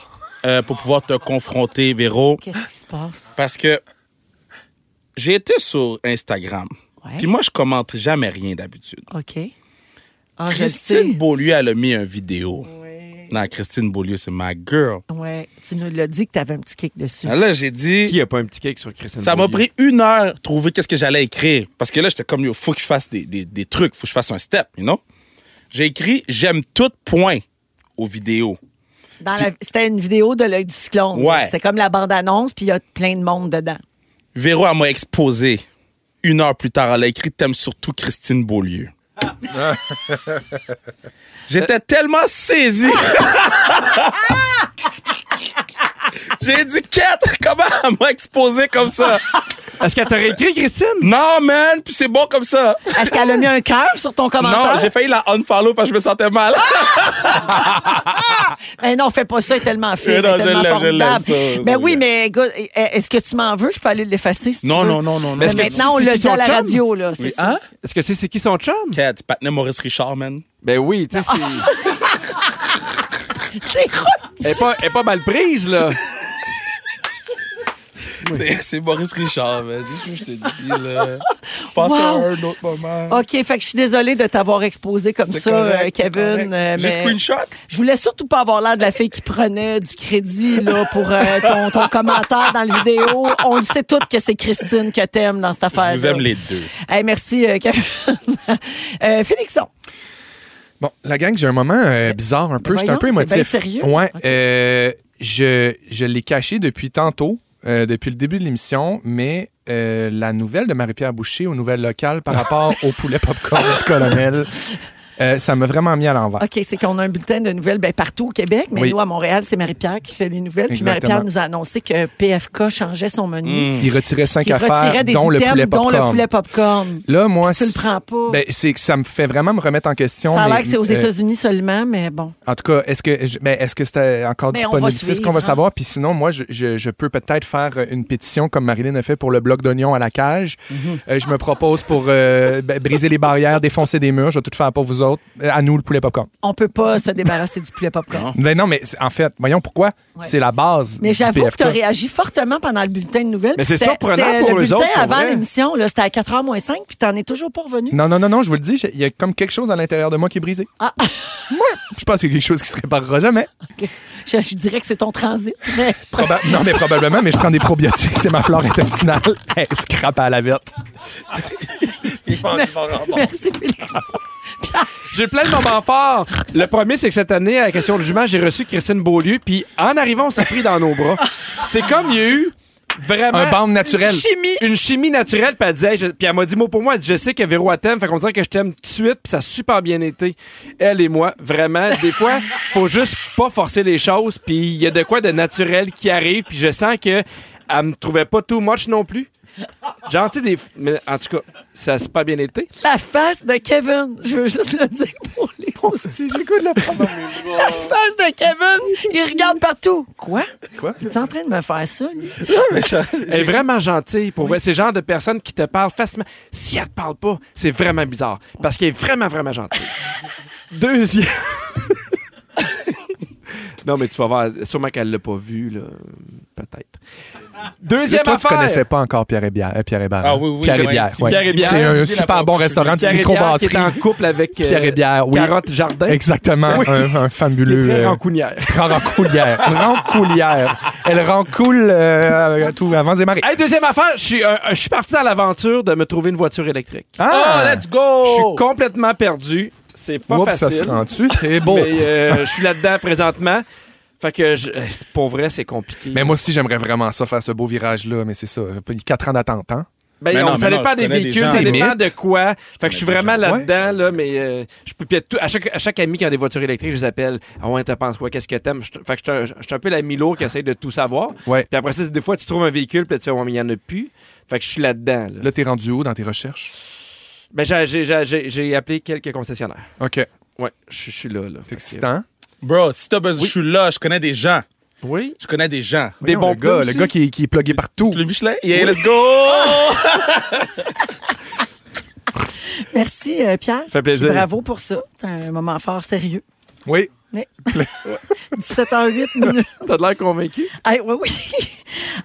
euh, pour pouvoir te confronter, Véro. Qu'est-ce qui se passe? Parce que j'ai été sur Instagram. Ouais. Puis moi, je commente jamais rien d'habitude. [GASPS] OK. Ah, je le sais. Christine Beaulieu, elle a mis une vidéo. Non, Christine Beaulieu, c'est ma girl. Ouais, tu nous l'as dit que tu avais un petit kick dessus. Alors là, j'ai dit. Qui a pas un petit cake sur Christine? Ça m'a Beaulieu? pris une heure trouver qu'est-ce que j'allais écrire. Parce que là, j'étais comme, il faut que je fasse des, des, des trucs, faut que je fasse un step, you know? J'ai écrit, j'aime tout point aux vidéos. Dans la- C'était une vidéo de l'œil du cyclone. Ouais. C'est comme la bande-annonce, puis il y a plein de monde dedans. Véro, elle m'a exposé. Une heure plus tard, elle a écrit T'aimes surtout Christine Beaulieu. Ah. J'étais tellement saisi. Ah. [LAUGHS] J'ai dit Quête, comment elle m'a exposé comme ça? Est-ce qu'elle t'aurait écrit, Christine? Non, man, puis c'est bon comme ça. Est-ce qu'elle a mis un cœur sur ton commentaire? [LAUGHS] Non, j'ai failli la unfollow parce que je me sentais mal. Ah. Eh non, fais pas ça, elle est tellement fine, Eh non, elle est je tellement l'aime, je formidable. l'aime, ça, ben ça, oui, je l'aime. mais gars, eh, est-ce que tu m'en veux? Je peux aller l'effacer si tu Non, veux. non, non, non, Mais non, non. maintenant, on Est-ce que le dit à tu sais la qui sont radio, là. c'est Oui, sûr. hein? Est-ce que tu sais c'est qui son chum? Quête, Patna Maurice Richard, man. Ben oui, tu sais, Ah. c'est. C'est rough. Elle est pas, elle est pas mal prise, là. C'est- C'est Maurice Richard, man. C'est ce que je te dis, là. Passe à Wow. un autre moment. OK, fait que je suis désolée de t'avoir exposé comme C'est ça, correct, euh, c'est Kevin. correct. euh, J'ai mais screenshot. je voulais surtout pas avoir l'air de la fille qui prenait du crédit là, pour euh, ton, [LAUGHS] ton commentaire dans la vidéo. On le sait toutes que c'est Christine que t'aimes dans cette affaire. Je vous aime les deux. merci, euh, Kevin. [LAUGHS] Euh, Félixon. Bon, la gang, j'ai un moment euh, bizarre un peu. Ben J'étais un peu voyons, c'est émotif. bien sérieux. Ouais. Ok. euh, je je l'ai caché depuis tantôt, euh, depuis le début de l'émission, mais euh, la nouvelle de Marie-Pierre Boucher aux nouvelles locales par [LAUGHS] rapport au poulet popcorn du colonel, euh, ça m'a vraiment mis à l'envers. OK, c'est qu'on a un bulletin de nouvelles ben, partout au Québec, mais Oui. nous, à Montréal, c'est Marie-Pierre qui fait les nouvelles. Puis Exactement. Marie-Pierre nous a annoncé que PFK changeait son menu. Mm. Il retirait cinq qui retirait affaires, des dont le items, poulet dont le popcorn. poulet popcorn. Là, moi, Si tu le c'est- prends pas. ben, c'est que ça me fait vraiment me remettre en question. Ça a mais, l'air que c'est aux euh, États-Unis seulement, mais bon. En tout cas, est-ce que je- mais est-ce que c'était encore Mais on va disponible C'est ce suivre, qu'on hein. va savoir. Puis sinon, moi, je, je- je peux peut-être faire euh, une pétition comme Marilyn a fait pour le bloc d'oignons à la cage. Mhm. Euh, je me propose pour euh, b- briser les barrières, défoncer des murs. Je vais tout faire pour vous autres. Euh, À nous le poulet popcorn. On peut pas se débarrasser du poulet popcorn. Mais non, mais c'est- en fait, voyons pourquoi. Ouais. C'est la base. Mais du j'avoue que PFK. tu as réagi fortement pendant le bulletin de nouvelles. Mais Puis c'est c'était- surprenant c'était pour Le eux bulletin autres, pour avant vrai. l'émission, là, c'était à 4h moins 5, puis t'en es toujours pas revenu. Non, non, non, non, je vous le dis, j'ai- il y a comme quelque chose à l'intérieur de moi qui est brisé. Ah. Moi, je pense qu'il y a quelque chose qui se réparera jamais. Je, je dirais que c'est ton transit. [LAUGHS] mais- Proba- non, mais probablement, mais je prends des probiotiques, c'est ma flore intestinale. [LAUGHS] Hey, scrap à la verte. Merci, Félix. Pierre, J'ai plein de moments forts. Le premier, c'est que cette année, à la question du jument, j'ai reçu Christine Beaulieu, puis en arrivant, on s'est pris dans nos bras. C'est comme il y a eu vraiment... Un bande naturel. Chimie. Une chimie naturelle, puis elle, disait, je- puis elle m'a dit mot pour moi, elle dit, je sais que Véro, elle t'aime, fait qu'on dirait que je t'aime tout de suite, puis ça a super bien été. Elle et moi, vraiment, des fois, faut juste pas forcer les choses, puis il y a de quoi de naturel qui arrive, puis je sens que elle me trouvait pas too much non plus. Genre, tu sais, des... Mais en tout cas, ça a super bien été. La face de Kevin, je veux juste le dire pour les autres. La face de Kevin, il regarde partout. Quoi? Quoi? Tu es en train de me faire ça, lui? Elle est vraiment gentille. Pour vrai, c'est le genre de personne qui te parle facilement. Si elle te parle pas, c'est vraiment bizarre. Parce qu'elle est vraiment, vraiment [LAUGHS] gentille. Deuxième. [LAUGHS] non, mais tu vas voir, sûrement qu'elle l'a pas vu, là. Peut-être. Deuxième Toi, tu affaire. connaissais pas encore Pierre et Bière. euh, Pierre et Bière, Ah hein? oui, oui, Pierre et oui, Bière, c'est ouais. Pierre et Bière. C'est Dis un la super prochaine bon restaurant, c'est Pierre une Hébière, qui microbrasserie. est en couple avec euh, Pierre et Bière, oui. Carotte Jardin. Exactement, Oui. un, un qui est fabuleux. très euh, [LAUGHS] rancunière. Rancoulière. Rancoulière. Elle rancoule euh, tout avant de marées. Hey, deuxième affaire, je suis euh, je suis parti dans l'aventure de me trouver une voiture électrique. Ah, let's go! Je suis complètement perdu. C'est pas Oh! Oups, ça facile. se rend-tu? C'est Oh. beau. Mais Mais, euh, je suis là-dedans présentement. Fait que, je- euh, pour vrai, c'est compliqué. moi aussi, j'aimerais vraiment ça, faire ce beau virage-là, mais c'est ça. Quatre ans d'attente, hein? Ben, Mais on- non, ça mais non, dépend je des connais des véhicules, gens. ça Des dépend mythes. de quoi. Fait que je suis vraiment gens. là-dedans, là, mais euh, je peux puis à tout- à chaque, à chaque ami qui a des voitures électriques, je les appelle. Ah ouais, t'as pensé quoi? Qu'est-ce que t'aimes? Je- Fait que je suis un- je suis un peu la Milo qui essaie de tout savoir. Ouais. Puis après ça, des fois, tu trouves un véhicule, puis là, tu fais, ouais, mais il y en a plus. Fait que je suis là-dedans. là. Là, t'es rendu où dans tes recherches? Ben, j'ai- j'ai- j'ai j'ai- j'ai appelé quelques concessionnaires. OK. Ouais, je je suis là. là. Fait que- euh, Excitant. Bro, si t'as besoin, je suis là, je connais des gens. Oui. Je connais des gens. Des Voyons, bons le gars, pneus le aussi. gars qui, est- qui est plugué partout. Le Michelin? Yeah, let's Ah! go! Merci, euh, Pierre. Fait plaisir. Puis Bravo pour ça. C'est un moment fort sérieux. Oui. [LAUGHS] 17h08 minutes. T'as de l'air convaincu? Hey, oui, oui. [LAUGHS]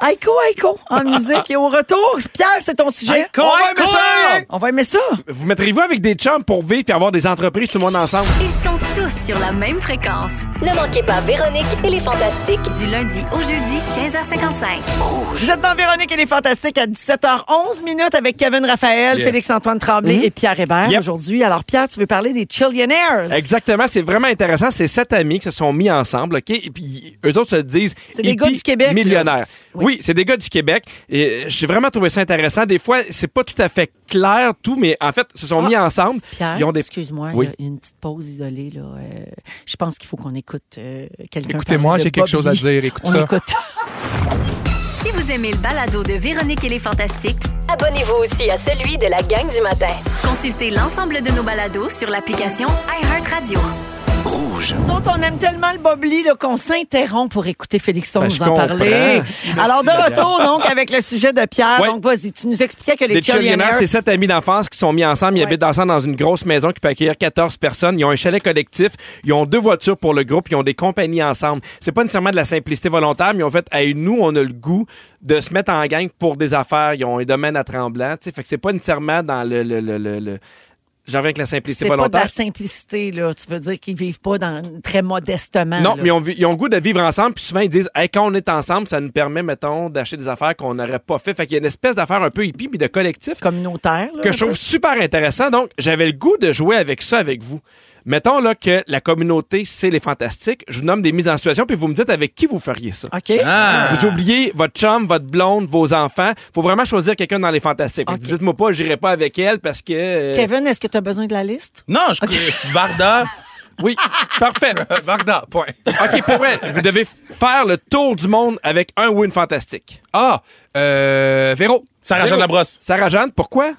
Aiko, Aiko, en musique. Et au retour, Pierre, c'est ton sujet. Aiko, on va aimer ça! On va aimer ça. Vous mettrez-vous avec des chums pour vivre et avoir des entreprises tout le monde ensemble? Ils sont tous sur la même fréquence. Ne manquez pas Véronique et les Fantastiques. Du lundi au jeudi, 15h55. Vous êtes dans Véronique et les Fantastiques à 17h11 minutes avec Kevin Raphaël, Yeah. Félix-Antoine Tremblay Mm-hmm. et Pierre Hébert Yep. aujourd'hui. Alors, Pierre, tu veux parler des Chillionaires? Exactement, c'est vraiment intéressant. C'est sept amis qui se sont mis ensemble, OK? Et puis, eux autres se disent. C'est des hippies gars du Québec, là. Millionnaires. Oui. Oui, c'est des gars du Québec. Et euh, j'ai vraiment trouvé ça intéressant. Des fois, c'est pas tout à fait clair, tout, mais en fait, se sont Ah. mis ensemble. Pierre, Ils ont des- excuse-moi, Oui. il y a une petite pause isolée. Là. Euh, je pense qu'il faut qu'on écoute euh, quelqu'un. Écoutez-moi, parler de j'ai quelque chose à Bobby. dire. Écoute On ça. écoute. Si vous aimez le balado de Véronique et les Fantastiques, Abonnez-vous aussi à celui de la gang du matin. consultez l'ensemble de nos balados sur l'application iHeartRadio. Donc, on aime tellement le Bobli là, qu'on s'interrompt pour écouter Félixon Ben, nous je en comprends. parler. Alors, de retour, [LAUGHS] donc, avec le sujet de Pierre. Ouais. Donc, vas-y, tu nous expliquais que les Des Chillionaires... Chillionaires, c'est sept amis d'enfance qui sont mis ensemble. Ils Ouais. habitent ensemble dans une grosse maison qui peut accueillir 14 personnes. Ils ont un chalet collectif. Ils ont deux voitures pour le groupe. Ils ont des compagnies ensemble. C'est pas nécessairement de la simplicité volontaire, mais en fait, hey, nous, on a le goût de se mettre en gang pour des affaires. Ils ont un domaine à tremblant. tu sais. Fait que c'est pas nécessairement dans le. le, le, le, le- J'en viens avec la simplicité C'est pas de volontaire. la simplicité, là. Tu veux dire qu'ils vivent pas dans, très modestement. Non, là. mais ils ont, vi- ils ont le goût de vivre ensemble. Puis souvent, ils disent, hey, quand on est ensemble, ça nous permet, mettons, d'acheter des affaires qu'on n'aurait pas fait. Fait qu'il y a une espèce d'affaire un peu hippie, mais de collectif. communautaire. là, que je un peu. trouve super intéressant. Donc, j'avais le goût de jouer avec ça avec vous. Mettons là que la communauté, c'est les fantastiques. Je vous nomme des mises en situation, puis vous me dites avec qui vous feriez ça. OK. Ah! Vous oubliez votre chum, votre blonde, vos enfants. Faut vraiment choisir quelqu'un dans les fantastiques. Fait que Ok. Dites-moi pas, j'irai pas avec elle parce que. euh, Kevin, est-ce que tu as besoin de la liste? Non, je Varda. Oui, [LAUGHS] parfait. Varda, point. Ok, pour vrai, vous devez f- faire le tour du monde avec un ou une fantastique. Ah, euh, Véro. Sarah Jeanne Labrosse. Sarah Jeanne, pourquoi?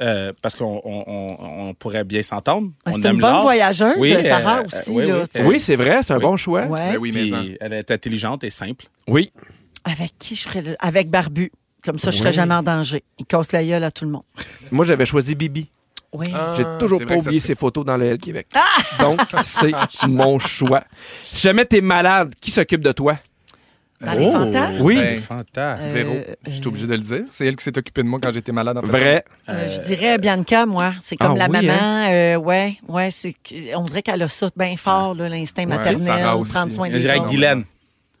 Euh, parce qu'on on, on- on pourrait bien s'entendre. Ah, on c'est aime une bonne l'art. voyageuse, Sarah euh, aussi, oui, là, oui. tu sais. Oui, c'est vrai, c'est un Oui. bon choix. Ouais. Ben oui, mais Puis en- elle est intelligente et simple. Oui. Avec qui je serais le- Avec Barbu. Comme ça, je serais jamais en danger. Il casse la gueule à tout le monde. Moi, j'avais choisi Bibi. Oui. J'ai Ah, toujours c'est pas vrai que ça oublié se ces photos dans le L Québec. [LAUGHS] Donc, c'est mon choix. Si jamais t'es malade, qui s'occupe de toi? Dans Oh. Oh! les fantasmes. Oui. Ben, fantasme. Véro, je suis obligé de le dire. C'est elle qui s'est occupée de moi quand j'étais malade. En fait. Vrai. Euh, je dirais Bianca, moi. C'est comme la Ah oui, maman. euh, ouais, ouais. C'est, que- on dirait qu'elle a ça bien fort, là, l'instinct maternel. Sarah aussi. Prendre soin Je des dirais autres. hein. Guylaine.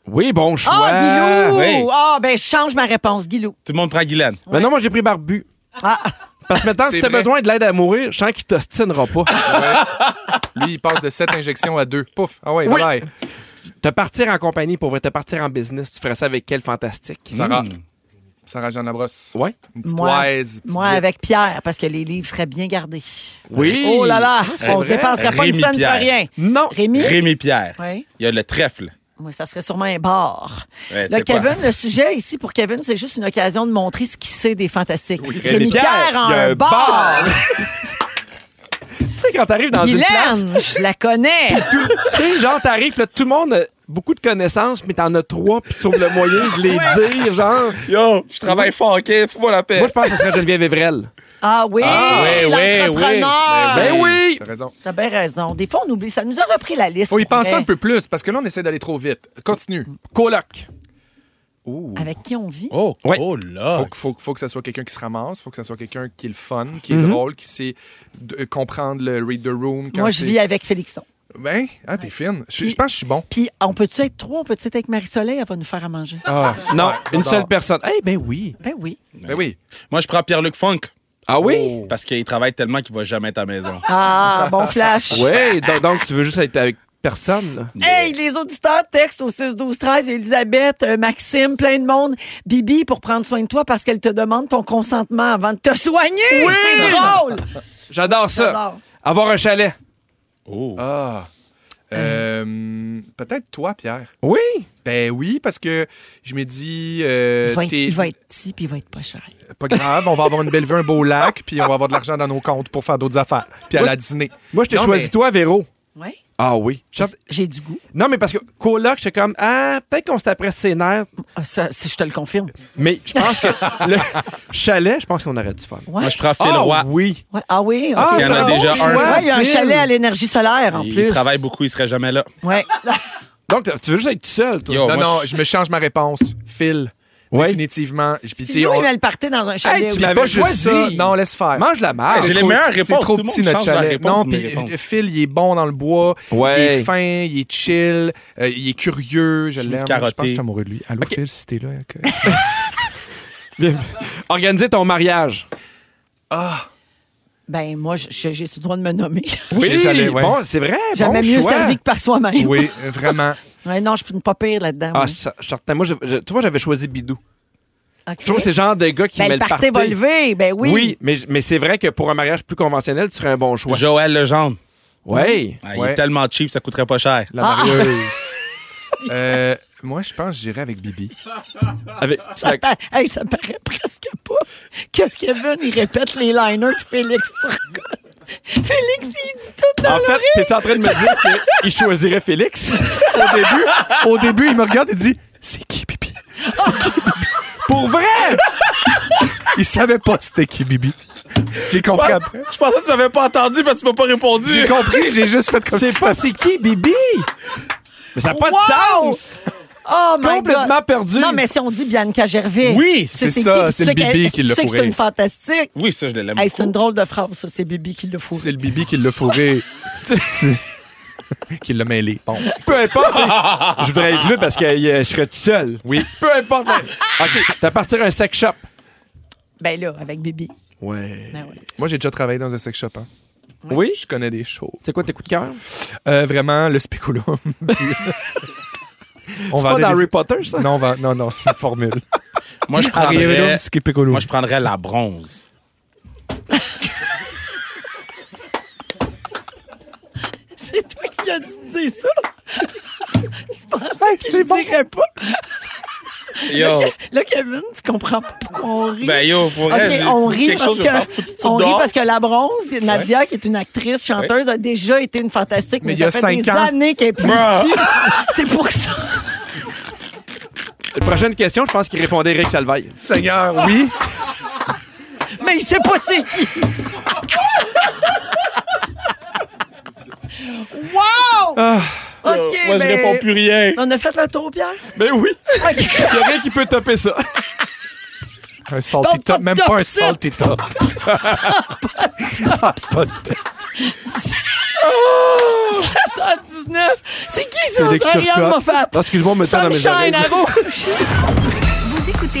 Oui, bon choix. Ah, Guilou! Oui. Ah, ben, je change ma réponse, Guilou. Ben Tout le monde prend Guylaine. Mais non, moi, j'ai pris Barbu. Ah, Parce que maintenant, si C'est t'as vrai. besoin de l'aide à mourir, je sens qu'il t'ostinera pas. Lui, il passe de [LAUGHS] 7 injections à 2. Pouf. Ah ouais, Oui. voilà. te partir en compagnie, pour vrai, te partir en business, tu ferais ça avec quel fantastique? Hmm? Sarah. Hmm. Sarah Jeanne Labrosse. Ouais. Une petite Moi, wise, petite Moi, vite. avec Pierre, parce que les livres seraient bien gardés. Oui. Oh là là, on ne vrai. dépenserait pas une Rémi scène pour Pierre. rien. Non. Rémi? Rémi Pierre. Oui. Il y a le trèfle. Oui, ça serait sûrement un bar. Ouais, Là, tu sais quoi? [LAUGHS] Kevin, le sujet ici pour Kevin, c'est juste une occasion de montrer ce qu'il sait des fantastiques. c'est Rémi Mickaël Pierre, en il y a un un bar. Tu sais, quand t'arrives dans une place, Guylaine, je la [LAUGHS] connais. tout- tu sais, genre, t'arrives, puis là, tout le monde a beaucoup de connaissances, mais t'en as trois, puis tu trouves le moyen de les dire, genre. Yo, je travaille fort, OK? Fous-moi la paix. Moi, je pense que ce serait Geneviève Evrel. Ah oui, Ah, oui, oui, l'entrepreneur. Ben oui! T'as raison. T'as bien raison. Des fois, on oublie. Ça nous a repris la liste. Faut y pour penser vrai. un peu plus, parce que là, on essaie d'aller trop vite. Continue. Coloc. Avec qui on vit? Oh, Ouais. oh Ah. là. Faut, que- faut, faut que ce soit quelqu'un qui se ramasse, faut que ce soit quelqu'un qui est le fun, qui est Mhm. drôle, qui sait de- euh, comprendre le read the room. Quand Moi, je c'est- vis avec Félixon. Ben, ah, t'es fine. Je, Puis- je pense que je suis bon. Puis, on peut-tu être trois? On peut-tu être avec Marie-Soleil? Elle va nous faire à manger. Ah, Non, une j'adore. seule personne. Eh ben oui. Ben oui. Ben oui. Moi, je prends Pierre-Luc Funk. Ah oui? Parce qu'il travaille tellement qu'il va jamais être à la maison. Ah, bon flash. Oui, donc, Oh. donc tu veux juste être avec personne, là. Hey, les auditeurs, texte au 6 12 13, Elisabeth, euh, Maxime, plein de monde. Bibi, pour prendre soin de toi parce qu'elle te demande ton consentement avant de te soigner. Oui! C'est drôle! J'adore ça. J'adore. Avoir un chalet. Oh. Ah. Euh, Peut-être toi, Pierre. Oui. Ben oui, parce que je me dis, Il euh, va, être, t'es- il va être petit puis il va être pas cher. pas grave, on va avoir une belle vue, un beau lac, puis on va avoir de l'argent dans nos comptes pour faire d'autres affaires, puis à Oui. la dîner. Moi, je t'ai Non, choisi mais- toi, Véro. Oui? Ah oui. Je- J'ai du goût. Non, mais parce que coloc, j'étais comme, ah, peut-être qu'on se taperait ses nerfs. Ah, ça, si je te le confirme. Mais je pense [LAUGHS] que le chalet, je pense qu'on aurait dû faire. Ouais. Moi, je prends Phil Ah Roy. oui. Ouais. Ah oui? Ah, on Il y sait en a pas. c'est un bon déjà un. choix. Ouais, il y a un Phil. chalet à l'énergie solaire en Il plus. travaille beaucoup, il serait jamais là. Ouais. [LAUGHS] Donc, tu veux juste être tout seul, toi. Yo, Non, moi, non, je- je me change ma réponse. Phil. Ouais. Définitivement. Je- puis, tu sais, Puis nous, il on- va le partir dans un chalet. Hey, tu aussi. l'avais Pas juste choisi. ça. Non, laisse faire. Mange la marge. Ah, J'ai C'est les trop- meilleures réponses. C'est trop Tout le petit monde notre change la chalet. réponse, non, mais puis réponse. euh, Phil, il est bon dans le bois. Ouais. Il est fin, il est chill, euh, il est curieux. Je l'aime. Je pense carottée. que je suis amoureux de lui. Allô, Phil, si t'es là. [LAUGHS] ok. Organiser ton mariage. Ben, moi, je- je- j'ai ce droit de me nommer. [LAUGHS] J'ai- j'allais- ouais. bon, c'est vrai. Jamais bon mieux choix. servi que par soi-même. Oui, vraiment. Ouais, non, je suis pas pire là-dedans. Ah, oui. je, je- certain. Moi, je- je- tu vois, j'avais choisi Bidou. Ok. Je trouve que c'est le genre de gars qui Ben, met le party va lever. Ben oui. Oui, mais, mais c'est vrai que pour un mariage plus conventionnel, tu serais un bon choix. Joël Legendre. Oui. Ah, Il Ouais. est tellement cheap, ça coûterait pas cher. La marieuse. [LAUGHS] Euh, moi, je pense que j'irai avec Bibi. Avec- Ça, pa- [LAUGHS] hey, ça paraît presque pas que Kevin il répète les liners de Félix Turcotte. [LAUGHS] Félix, il dit tout dans en fait, t'es en train de me dire qu'il [LAUGHS] choisirait Félix? Au début, au début, il me regarde et dit C'est qui Bibi C'est qui Bibi Pour vrai Il savait pas c'était qui Bibi. J'ai compris après. Je pensais que tu m'avais pas entendu parce que tu m'as pas répondu. J'ai compris, j'ai juste fait comme si C'est pas c'est qui, Bibi? Mais ça n'a pas de sens! Oh my Complètement God. perdu. Non, mais si on dit Bianca Gervais. Oui, tu sais c'est ça, qui, puis tu c'est sais le bibi qu'elle- qui Tu l'a sais que c'est fourré. une fantastique. [LAUGHS] Oui, ça, je l'aime. Hey, c'est beaucoup. une drôle de phrase, ça. C'est Bibi qui le fourré. C'est le bibi qui l'a fourré. C'est- qui l'a mêlé. Bon. Peu importe, t'sais, je voudrais être là parce que euh, je serais tout seul. Oui. Peu importe. OK, t'as partir un sex shop. Ben là, avec Bibi. Ouais. Ben ouais. Moi, j'ai déjà travaillé dans un sex shop. hein. Oui? Je connais des choses. C'est quoi tes coups de cœur? Euh, vraiment, le [LAUGHS] spéculum. on C'est pas vendait dans des- Harry Potter, ça? Non, on vend- non, non, c'est une formule. Moi, je Arrierum, prendrais... skipiculum. Moi, je prendrais la bronze. C'est toi qui as dit de dire ça. [LAUGHS] tu pensais Hey, qu'il c'est le bon. dirait pas. Yo. [LAUGHS] Là, Kevin, tu comprends pas pourquoi on rit. Ben yo, pour OK, vrai, j'ai- on c'est rit quelque parce chose, je vais faire que, foutre- foutre on rit dehors. parce que la bronze, Nadia, qui est une actrice, chanteuse, a déjà été une fantastique, mais, Mais il y a ça fait cinq des ans. années qu'elle est plus Bruh. ici. [LAUGHS] C'est pour ça. Prochaine question, je pense qu'il répondait Eric Salveille. Seigneur, [LAUGHS] oui. Mais il sait pas c'est qui. [LAUGHS] wow! OK, Ah. Moi, je ben, réponds plus rien. On a fait le tour, Pierre? Ben oui! OK. [LAUGHS] Il y a rien qui peut topper ça. Un salty Pas top, de même top pas un sip. salty top. Ah, pas de top. 19. C'est qui ça? Félix Ariane Turcotte. Moffat? Ah, Excuse-moi, on me tient dans mes Sunshine hein, oreilles. à rouge. Vous écoutez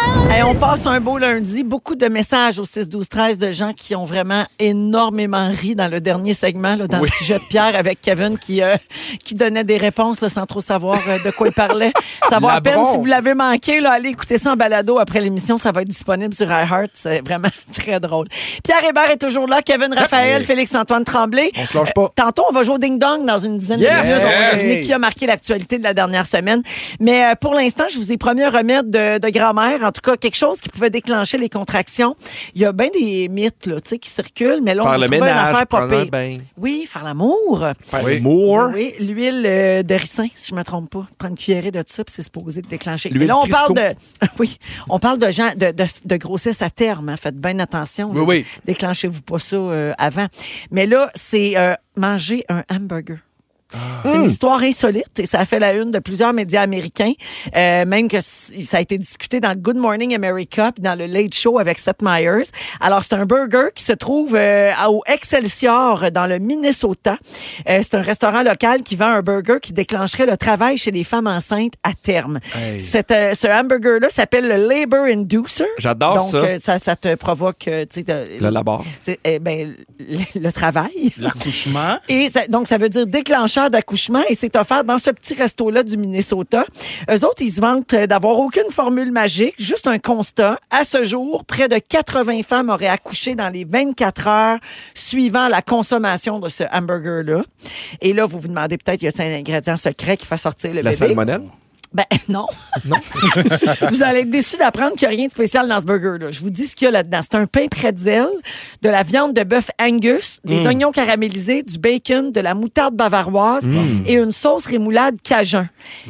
Hey, on passe un beau lundi. Beaucoup de messages au 6, 12, 13 de gens qui ont vraiment énormément ri dans le dernier segment, là, dans le sujet de Pierre avec Kevin qui, euh, qui donnait des réponses là, sans trop savoir euh, de quoi il [LAUGHS] parlait. Ça vaut La à peine bronze. si vous l'avez manqué. Là, allez écouter ça en balado après l'émission. Ça va être disponible sur iHeart. C'est vraiment [LAUGHS] très drôle. Pierre Hébert est toujours là. Kevin Raphaël, Félix-Antoine Tremblay. Ben, Euh, On se lâche pas. Tantôt, on va jouer au ding-dong dans une dizaine Yes! de minutes. On va Yes! deviner qui a marqué l'actualité de la dernière semaine. Mais euh, pour l'instant, je vous ai promis un remède de, de grand-mère, en tout cas quelque chose qui pouvait déclencher les contractions. Il y a bien des mythes là, tu sais, qui circulent, mais là, on Faire a le trouvé une ménage, affaire pas prendre un pire. bain. Oui, faire l'amour. Faire Oui. le moor. Oui, l'huile euh, de ricin, si je me trompe pas. Prendre une cuillerée de ça, puis c'est supposé te déclencher. L'huile Mais là, on Frisco. parle de, [LAUGHS] oui, on parle de gens, de, de, de grossesse à terme. hein. Faites bien attention. Oui, là. oui. Déclenchez-vous pas ça euh, avant. Mais là, c'est euh, manger un hamburger. C'est Hum. une histoire insolite et ça a fait la une de plusieurs médias américains, Euh, même que c- ça a été discuté dans Good Morning America puis dans le Late Show avec Seth Meyers. Alors c'est un burger qui se trouve euh, à- au Excelsior euh, dans le Minnesota. Euh, c'est un restaurant local qui vend un burger qui déclencherait le travail chez les femmes enceintes à terme. Cet, euh, ce hamburger là s'appelle le labor inducer. J'adore Donc, ça. euh, ça ça te provoque euh, tu sais, de- Le labor. c'est- eh ben, le- le travail. L'accouchement. Et ça- donc, ça veut dire déclencheur d'accouchement et c'est offert dans ce petit resto-là du Minnesota. Eux autres, ils se vantent euh, d'avoir aucune formule magique, juste un constat. À ce jour, près de 80 femmes auraient accouché dans les 24 heures suivant la consommation de ce hamburger-là. Et là, vous vous demandez peut-être, y a-t-il un ingrédient secret qui fait sortir le La bébé? salmonelle. Ben [LAUGHS] non. vous allez être déçus d'apprendre qu'il n'y a rien de spécial dans ce burger-là. Je vous dis ce qu'il y a là-dedans. C'est un pain pretzel, de la viande de bœuf Angus, des oignons caramélisés, du bacon, de la moutarde bavaroise et une sauce rémoulade cajun.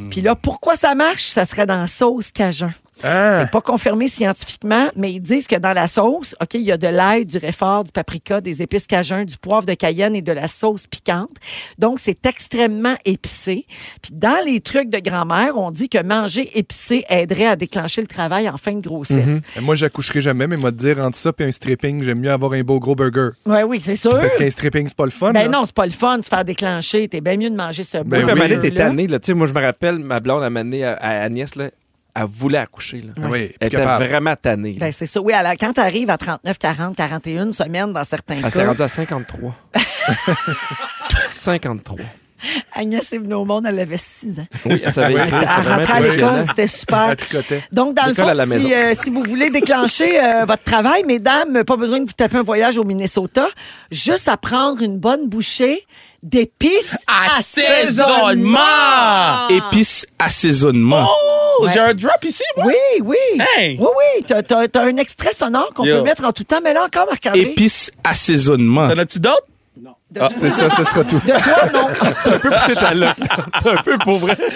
Puis là, pourquoi ça marche? Ça serait dans sauce cajun. Hein. C'est pas confirmé scientifiquement, mais ils disent que dans la sauce, OK, il y a de l'ail, du réfort, du paprika, des épices cajun, du poivre de Cayenne et de la sauce piquante. Donc, c'est extrêmement épicé. Puis dans les trucs de grand-mère, on dit que manger épicé aiderait à déclencher le travail en fin de grossesse. Ben, Moi, j'accoucherai jamais, mais moi, te dire entre ça et un stripping, j'aime mieux avoir un beau gros burger. Ouais, oui, c'est sûr. Mm-hmm. Parce qu'un stripping, c'est pas le fun. Ben là. non, c'est pas le fun de se faire déclencher. T'es bien mieux de manger ce Ben Oui, mais oui. à un moment donné, t'es burger-là. tanné, là. Tu sais, moi, je me rappelle, ma blonde, à un moment donné, à à Agnès, là, elle voulait accoucher, là. Ah Oui, Elle plus était capable. vraiment tannée. là. Ben, c'est ça. Oui, alors, quand t'arrives à 39, 40, 41 semaines dans certains Ah, Elle s'est cas, rendue [LAUGHS] à 53. 53. Agnès est venue au monde, elle avait 6 ans. Oui, elle Ah, savait écrire, Elle c'était vraiment rentrait Ah, à impressionnant. l'école, c'était super. Elle tricotait. Donc, dans le L'école fond, à la si, maison. euh, si vous voulez déclencher euh, votre travail, mesdames, pas besoin de vous taper un voyage au Minnesota. Juste à prendre une bonne bouchée d'épices assaisonnement. Épices assaisonnement. Oh, j'ai un drop ici, moi. Oui, oui. Hey. Oui, oui. T'as- T'as t'as un extrait sonore qu'on Yo. peut mettre en tout temps. Mais là encore, Marc-André. Épices assaisonnement. T'en as-tu d'autres? De, C'est ça, ce sera tout. de toi, non. T'as un peu poussé ta loque, là. T'as un peu pour vrai. ce,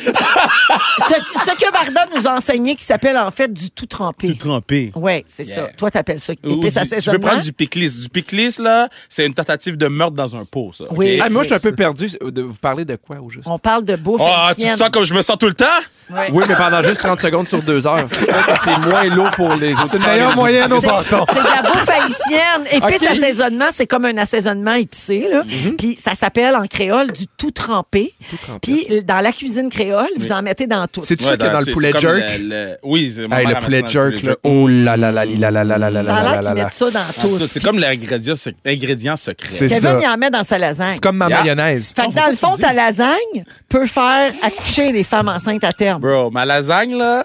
ce que Varda nous a enseigné qui s'appelle en fait du tout trempé. Trempé. Oui, c'est Yeah. ça. Toi, t'appelles ça Ou épices du- tu peux assaisonnement. prendre du picklis. Du picklis, là, c'est une tentative de meurtre dans un pot, ça. Oui. OK? Ah, moi, je suis un peu perdu. de- Vous parlez de quoi, au juste? On parle de bouffe Ah, tu haïtienne. te sens comme je me sens tout le temps? Ouais. Oui, mais pendant juste 30 secondes sur 2 heures. C'est vrai que c'est moins lourd pour les autres. C'est le meilleur moyen nos bâtons. C'est de la bouffe haïtienne. Épices Ok. assaisonnement, c'est comme un assaisonnement épicé. Là. Mm-hmm. Puis ça s'appelle en créole du tout trempé. trempé. Puis dans la cuisine créole, vous en mettez dans tout. C'est-tu Ouais, ça qu'il y a dans c'est- le poulet c'est comme jerk? le- le- Oui, c'est ma Hey, le mère a poulet mentionné jerk, là. Oh là là là là là là Ah là là Ça a l'air là qu'ils là là. Ah, mettent ça dans En tout, tout. C'est comme l'ingrédient sec- ingrédient secret. C'est Kevin, ça. il en met dans sa lasagne. C'est comme ma Yeah. mayonnaise. Fait que dans le fond, ta lasagne peut faire accoucher les femmes enceintes à terme. Bro, ma lasagne, là.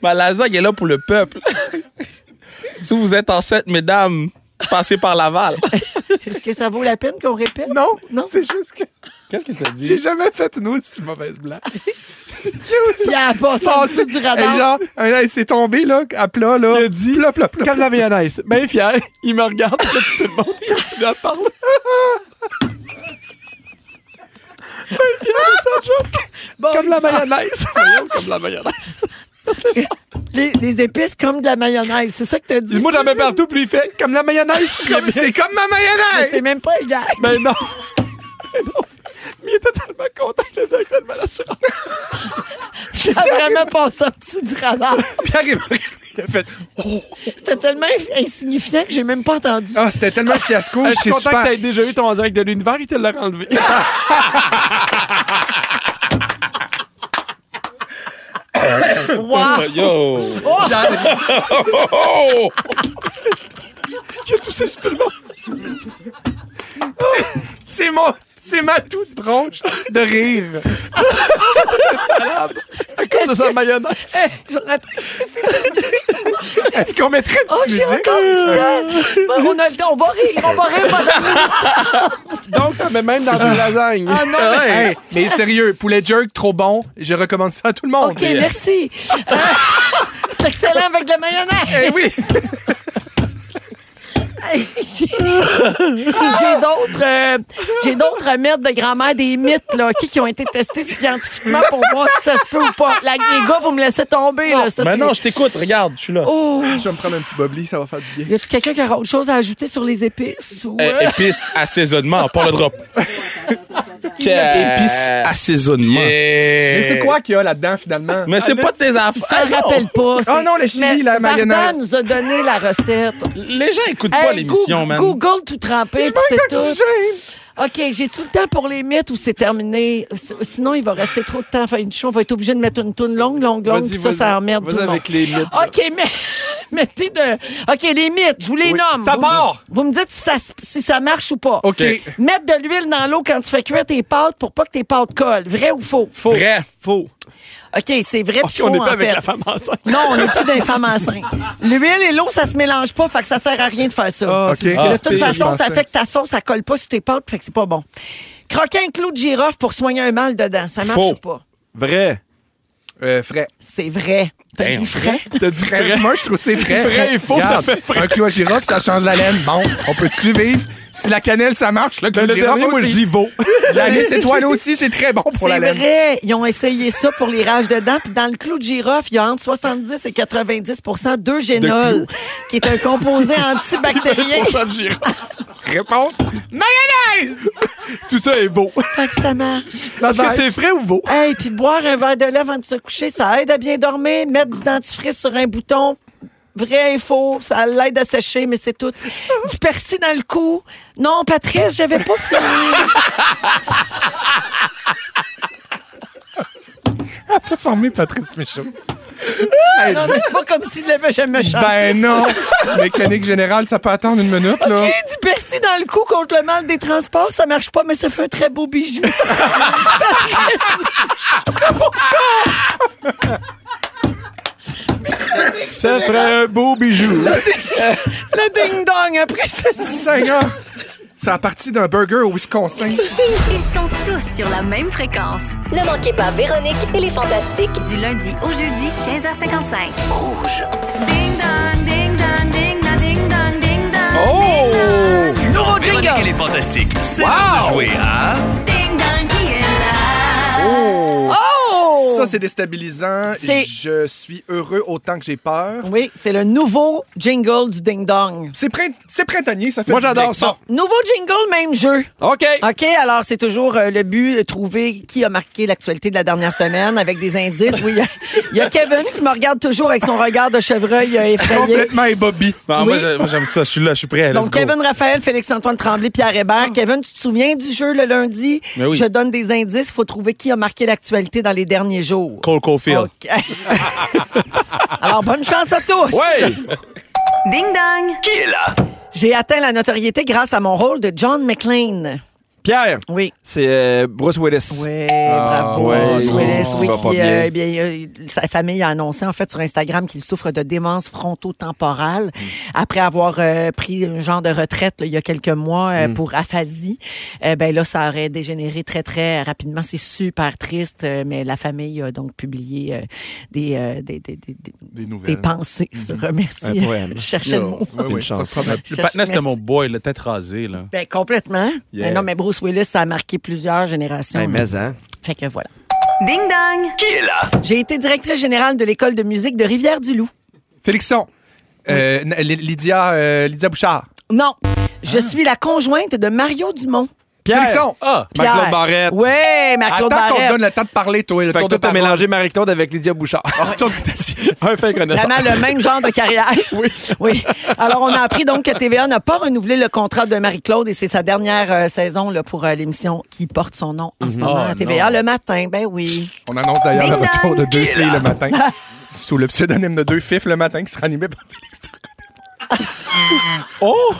ma lasagne est là pour le peuple. si vous êtes enceinte, mesdames, passez par Laval. Est-ce que ça vaut la peine qu'on répète? Non, Non. [LAUGHS] c'est juste que Qu'est-ce que t'as dit? j'ai jamais fait une aussi mauvaise blague. Il y a pas ça en dessous du radar. Hey, genre, un- hey, c'est tombé là, à plat là. Il a dit plat, plat, plat. Comme la mayonnaise. Bien fier. Il me regarde. Tout le monde continue à parler. Bon, Comme la mayonnaise. [LAUGHS] Voyons, comme la mayonnaise. les, les épices comme de la mayonnaise. C'est ça que t'as dit. Dis-moi jamais partout, puis il fait comme la mayonnaise. [LAUGHS] Comme- C'est comme ma Mais mayonnaise. C'est même pas égal. Mais non. Ah, Mais non. Mais il était tellement content, il était tellement assurant. Ça a vraiment passé en dessous du radar. Pierre, [LAUGHS] il m'a regardé, il a fait Oh! C'était tellement insignifiant que j'ai même pas entendu. Ah, c'était tellement fiasco, Je suis c'est content que super. t'aies déjà eu ton en direct de l'univers, il te l'a [LAUGHS] renlevé. Wow! Yo! C'est mon. C'est ma toute bronche de rire. C'est sa mayonnaise. Jonathan, Est-ce qu'on mettrait de Oh, j'ai musique? encore Ah, du temps! Bon, on a le temps, on va rire, on va rire pendant Donc, t'en mets même dans tes lasagnes. Ah non, mais- Hey, mais sérieux, poulet jerk, trop bon. Je recommande ça à tout le [LAUGHS] monde. OK, merci. Ah, C'est excellent avec de la mayonnaise. Eh oui! [LAUGHS] Hey, J'ai j'ai d'autres euh, j'ai d'autres mythes de grand-mère, des mythes là, OK, qui ont été testés scientifiquement pour voir si ça se peut ou pas. La- les gars, vous me laissez tomber. Là, ça, Ben c'est- non, je t'écoute, regarde, je suis là. Oh! Je vais me prendre un petit bobli, ça va faire du bien. Y a-tu quelqu'un qui a autre chose à ajouter sur les épices? Ou, Euh, euh, épices, assaisonnement, pas [LAUGHS] le drop. épices, assaisonnement. Mais c'est quoi qu'il y a là-dedans, finalement? Mais c'est pas de tes ça affaires. ne rappelle pas. c'est- non, le chili, Mais la Vardan mayonnaise. nous a donné la recette. Ah, Les gens écoutent pas Hey, l'émission, Google, man. Google tout trempé, puis c'est tout. OK, j'ai tout le temps pour les mythes ou c'est terminé. S- Sinon, il va rester trop de temps à faire une show. On va être obligé de mettre une toune longue, longue, longue. puis Ça, ça emmerde tout Vas-y le monde. avec les mythes. OK, [LAUGHS] mais... Mettez de... OK, les mythes, je vous les nomme. Ça vous, part! Vous me dites si ça, se- si ça marche ou pas. OK. Mettre de l'huile dans l'eau quand tu fais cuire tes pâtes pour pas que tes pâtes collent. Vrai ou faux? Faux. Vrai. Faux. OK, c'est vrai puis on faux, n'est en pas avec fait. la femme enceinte. Non, on n'est plus d'un femme enceinte. L'huile et l'eau, ça se mélange pas, fait que ça sert à rien de faire ça. Ah, c'est ok. Parce que Ah, de toute c'est- façon, je ça pensais. fait que ta sauce, ça colle pas sur tes pâtes, fait que c'est pas bon. Croquer un clou de girofle pour soigner un mal dedans, ça marche Faux. ou pas? Vrai. Euh, frais. C'est vrai. T'as Damn. dit vrai? T'as dit Frais. vrai. Euh, Moi, je trouve que c'est frais. Frais et faux, ça Regarde, fait frais. Un clou à girafe, ça change la laine. Bon, on peut-tu vivre? Si la cannelle, ça marche, le clou Le, de le girafe dernier, moi, je aussi. dis veau. La lisse étoile aussi, c'est très bon pour C'est la laine. vrai. Ils ont essayé ça pour les rages de dents. Puis dans le clou de girofle, il y a entre 70 et 90 d'eugénol, qui est un composé antibactérien. Pour ça, le girafe. Réponse? Mayonnaise! Tout ça est [LAUGHS] veau. fait que ça marche. Est-ce que c'est vrai ou veau? Hey, puis boire un verre de lait avant de se coucher, ça aide à bien dormir. Mettre du dentifrice sur un bouton, vrai info, ça l'aide à sécher, mais c'est tout. Du persil dans le cou. Non, Patrice, j'avais pas fini. [LAUGHS] Fait former Patrice Michaud. Hey, Non, mais c'est pas comme s'il l'avait jamais chanté. ben non! Mécanique générale, ça peut attendre une minute, là. Et du persil dans le cou contre le mal des transports, ça marche pas, mais ça fait un très beau [LAUGHS] bijou. Ça ferait un beau bijou. Le ding-dong, après ça. Seigneur! Ça a parti d'un burger au Wisconsin. Ils sont tous sur la même fréquence. Ne manquez pas Véronique et les Fantastiques. Du lundi au jeudi, 15h55. Rouge. Ding dong, ding dong, ding dong, ding dong, ding dong. Oh! Nouveau Véronique, elle jingle. est fantastique. C'est Wow! l'heure de jouer à... Ding dong qui est là. Oh! Oh! Ça, c'est déstabilisant. C'est- Je suis heureux autant que j'ai peur. Oui, c'est le nouveau jingle du ding-dong. C'est print- c'est printanier, ça fait Moi, du bien. j'adore ça. Nouveau jingle, même jeu. OK. OK, alors c'est toujours euh, le but, euh, trouver qui a marqué l'actualité de la dernière semaine avec des indices. Oui, il y a- il y, a Kevin qui me regarde toujours avec son regard de chevreuil euh, effrayé. Complètement et Bobby. Non, moi, Oui. je- moi, j'aime ça, je suis là, je suis prêt. Let's Donc, go. Ah. Kevin Raphaël, Félix-Antoine Tremblay, Pierre Hébert. Kevin, tu te souviens du jeu le lundi? Mais oui. Je donne des indices. Il faut trouver qui a marqué l'actualité dans les derniers jours. Cole Caulfield. OK. [LAUGHS] Alors, bonne chance à tous. Ouais! Ding dong. J'ai atteint la notoriété grâce à mon rôle de John McClane. Pierre, Oui. c'est euh, Bruce Willis. Oui, Ah, bravo. ouais, Bruce non, Willis, ça oui, va qui, pas bien. euh, eh bien, euh, sa famille a annoncé en fait sur Instagram qu'il souffre de démence frontotemporale Hmm. après avoir euh, pris un genre de retraite là, il y a quelques mois Hmm. euh, pour aphasie. Euh, ben là, ça aurait dégénéré très très rapidement. C'est super triste, euh, mais la famille a donc publié euh, des, euh, des, des, des, des- Des des nouvelles. pensées. Se remercier. Hmm. Un poème. [LAUGHS] Je cherchais le mot. Oui, Une oui, chance. pas de problème. Le Cherche- patinet, c'était merci. mon boy, la tête rasée, là. Ben, complètement. Yeah. Ben non, mais Bruce Willis, ça a marqué plusieurs générations. Hey, mais, hein? Fait que voilà. Ding dong. J'ai été directrice générale de l'école de musique de Rivière-du-Loup. Félixon. Euh, N- Lydia, euh, Lydia Bouchard. Non. Je suis la conjointe de Mario Dumont. Pierre. Félixon. Ah! Marc-Claude Barrette. Ouais, Marc-Claude Attends qu'on Barrette. te donne le temps de parler, toi. Le Fait que tour toi, de t'as parole. mélangé Marie-Claude avec Lydia Bouchard. On retourne à ta [LAUGHS] sieste. Un fin connaissant. Vraiment le même genre de carrière. oui. Alors, on a appris donc que TVA n'a pas renouvelé le contrat de Marie-Claude et c'est sa dernière euh, saison là, pour euh, l'émission qui porte son nom en ce moment à TVA le matin. Ben oui. On annonce d'ailleurs le Ding dong. retour de deux filles le matin. [LAUGHS] Sous le pseudonyme de deux fifs le matin qui sera animé par Félix Turcotte. [LAUGHS] Oh!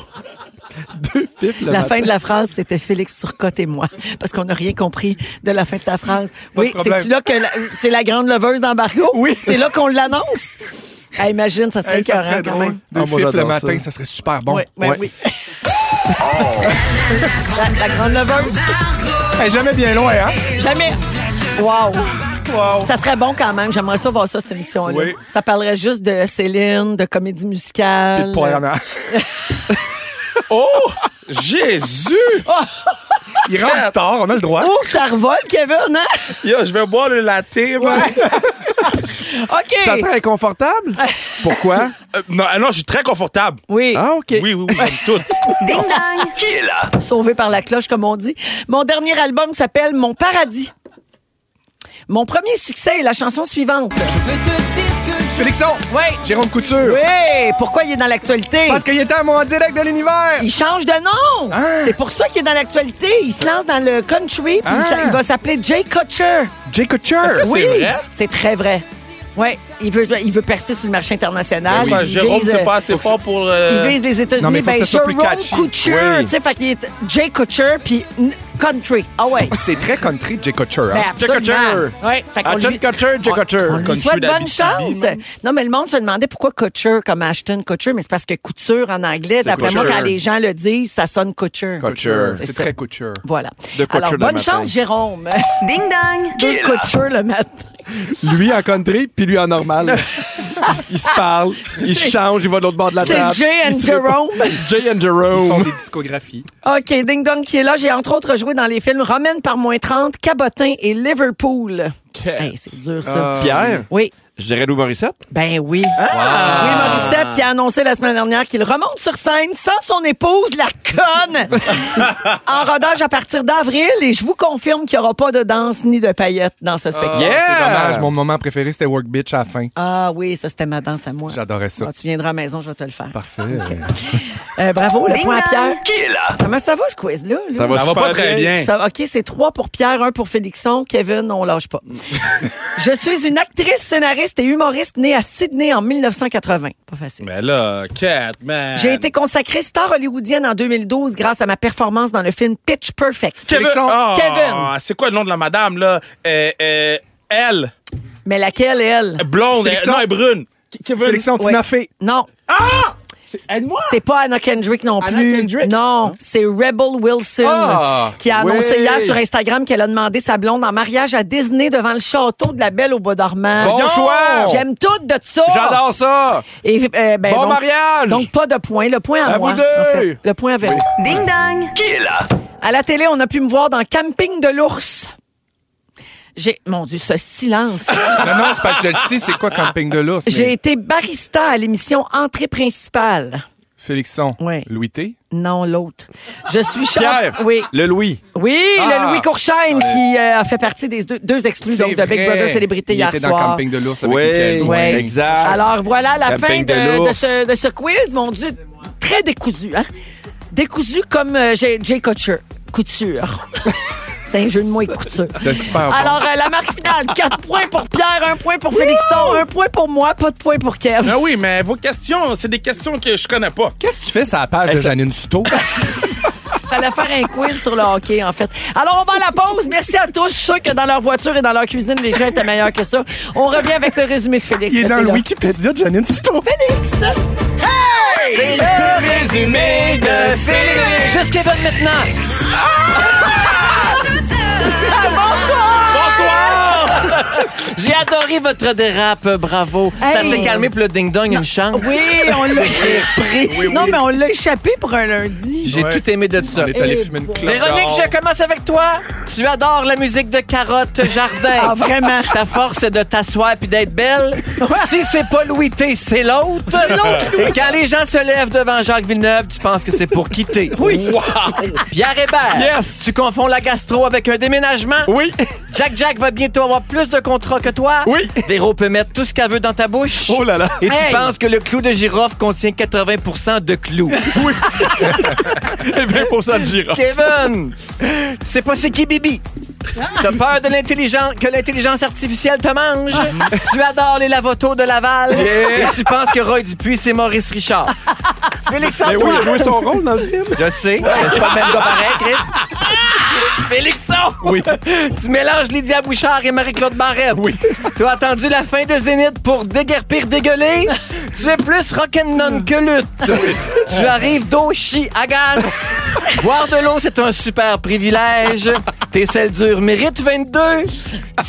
Deux fifs, la fin de la phrase, c'était Félix Turcotte et moi. Parce qu'on n'a rien compris de la fin de ta phrase. oui, problème. c'est-tu là que la- c'est la grande leveuse d'embargo? Oui. C'est là qu'on l'annonce? Ah, imagine, ça serait Hey, ça écœurant, serait quand drôle. même. Deux Ah, moi, fifs le j'adore matin, ça. ça serait super bon. Ouais, ouais, Ouais. oui. [LAUGHS] la, la grande leveuse. Hey, jamais bien loin, [LAUGHS] hein? Jamais. Wow. Ça serait bon quand même. J'aimerais ça voir ça, cette émission-là. Oui. Ça parlerait juste de Céline, de comédie Puis musicale. de poire [LAUGHS] en arrière. Oh! Jésus! Il rentre tard, on a le droit. Oh, ça revole, Kevin, hein? [LAUGHS] Yo, je vais boire le latte, moi. OK. Ça te rend [LAUGHS] inconfortable? Pourquoi? Euh, non, non, je suis très confortable. Oui, Ah, OK. Oui, oui, oui, j'aime tout. Ding dong. sauvé par la cloche, comme on dit. Mon dernier album s'appelle Mon paradis. Mon premier succès est la chanson suivante. Félixon! Oui. Jérôme Couture! Oui, pourquoi il est dans l'actualité? Parce qu'il était à mon direct de l'univers! Il change de nom. Ah. C'est pour ça qu'il est dans l'actualité. Il se lance dans le country. puis Ah. ça- Il va s'appeler Jay Kutcher. Jay Couture! C'est vrai? C'est très vrai. Oui, il veut, il veut percer sur le marché international. Ben, Ah, Il Jérôme, vise, c'est pas assez fort pour. Il euh, vise les non, mais États-Unis. faut Ben, que ça soit plus Jérôme catchy. Couture. Oui. Tu sais, fait qu'il est Jay Couture puis n- Country. Ah ouais. [LAUGHS] C'est très country, Jay Couture. Ben, Hein? absolument. Kutcher. Ouais, fait qu'on Ah, John lui- Kutcher, Jay on- Kutcher. on lui Country souhaite bonne d'Abitibi, chance. même. Non, mais le monde se demandait pourquoi Couture comme Ashton Couture, mais c'est parce que couture en anglais, d'après moi, Couture. quand les gens le disent, ça sonne couture. Couture. Ben, C'est C'est ça. très couture. Voilà. De Couture Alors, le bonne matin. chance, Jérôme. Ding dong. [LAUGHS] Deux Couture le matin. Lui en country, puis lui en normal. Ils se parlent, ils change, ils vont de l'autre bord de la C'est table. Jay and Ils se répondent. Jay and Jerome. Ils font des discographies. OK, Ding Dong qui est là. J'ai entre autres joué dans les films Romaine par moins 30, Cabotin et Liverpool. Euh. Hey, c'est dur, ça. Pierre, Oui, je dirais Lou Morissette. ben oui. Oui, Morissette qui a annoncé la semaine dernière qu'il remonte sur scène sans son épouse, la conne, en rodage à partir d'avril. Et je vous confirme qu'il n'y aura pas de danse ni de paillettes dans ce spectacle. Yeah! C'est dommage, mon moment préféré, c'était Work Bitch à la fin. Ah oui, ça, c'était ma danse à moi. J'adorais ça. Quand tu viendras à la maison, je vais te le faire. Parfait. Euh, bravo, le Ding point à dong. Pierre. Comment ça va, ce quiz-là? là? Ça va, Ça va super pas très bien. Ça- OK, c'est trois pour Pierre, un pour Félixon. Kevin, on lâche pas. je suis une actrice, scénariste et humoriste née à Sydney en 1980. Pas facile. Mais là, Catman. J'ai été consacrée star hollywoodienne en 2012 grâce à ma performance dans le film Pitch Perfect. Kevin. Félixon. Ah, Kevin. C'est quoi le nom de la madame, là? Euh, euh, elle. Mais laquelle, elle? Blonde. Elle, Félixon. non, elle est brune. Kevin. Félixon, tu Ouais. n'as fait. Non, Ah! Aide-moi. c'est pas Anna Kendrick non Anna plus. Kendrick? Ah. Non, c'est Rebel Wilson Ah, qui a annoncé oui. hier sur Instagram qu'elle a demandé sa blonde en mariage à Disney devant le château de la Belle au Bois dormant. Bon choix. J'aime tout de ça. J'adore ça. Et, euh, ben, Bon donc- mariage. Donc, pas de point. Le point à, À moi. vous deux. en fait. Le point à Véro. Ding dong. À la télé, on a pu me voir dans Camping de l'ours. J'ai, mon Dieu, ce [LAUGHS] silence. Non, non, c'est parce que je le sais, c'est quoi Camping de l'ours. mais- J'ai été barista à l'émission Entrée principale. Félixon. Ouais. Louis T. Non, l'autre. Je suis chan- Pierre, Oui. le Louis. Oui, Ah. le Louis Courchaine qui euh, a fait partie des deux, deux exclus donc, de Big Brother Célébrité Il hier était dans soir. Camping de l'ours avec Oui, Michael. oui. Drouin. Exact. Alors voilà la fin Camping de de, de l'ours. ce, de ce quiz, mon Dieu, très décousu, hein? Décousu comme euh, Jay, Jay Couture. Couture. [LAUGHS] C'est un jeu de mots et couture. C'était super. bon. Alors, euh, la marque finale, 4 points pour Pierre, 1 point pour Félixon, 1 point pour moi, pas de point pour Kev. Ben oui, mais vos questions, c'est des questions que je connais pas. Qu'est-ce que tu fais sur la page de Janine [LAUGHS] Souto? Fallait faire un quiz sur le hockey, en fait. Alors, on va à la pause. Merci à tous. Je suis sûr que dans leur voiture et dans leur cuisine, les gens étaient meilleurs que ça. On revient avec le résumé de Félix. Il est dans Restez le là. Wikipédia de Janine Souto. Félix! C'est le résumé de Félix. Jusqu'à maintenant. Ah! Bonsoir! J'ai adoré votre dérape, bravo. Ça Hey. s'est calmé pour le ding-dong, une chance. Oui, on l'a Non, mais on l'a échappé pour un lundi. J'ai tout aimé de ça. On est allé fumer une clope. Véronique, je commence avec toi. Tu adores la musique de Carotte Jardin. Ah, vraiment. Ta force est de t'asseoir puis d'être belle. si c'est pas Louis T, c'est l'autre. Et quand les gens se lèvent devant Jacques Villeneuve, tu penses que c'est pour quitter. Oui. Pierre Hébert. Yes. Tu confonds la gastro avec un déménagement. Oui. Jack Jack va bientôt avoir plus de contrats que toi. Oui. Véro peut mettre tout ce qu'elle veut dans ta bouche. Oh là là. Et tu Hey. penses que le clou de girofle contient 80 de [LAUGHS] clous. Oui. Et 20 de girafe. Kevin, c'est pas c'est qui Bibi. T'as peur de l'intelligence que l'intelligence artificielle te mange. tu adores les lavotos de Laval. Et tu penses que Roy Dupuis c'est Maurice Richard. Félix Mais oui, Antoine. il a joué son rôle dans le film. Je sais, mais c'est pas le même gars pareil, Chris. Félixon! Oui. Tu mélanges Lydia Bouchard et Marie-Claude Barrette. Oui. Tu as attendu la fin de Zénith pour déguerpir, dégueuler. Tu es plus rock'n'non que lutte. Tu arrives d'eau, chi, agace. Boire de l'eau, c'est un super privilège. Tes selles dures méritent 22.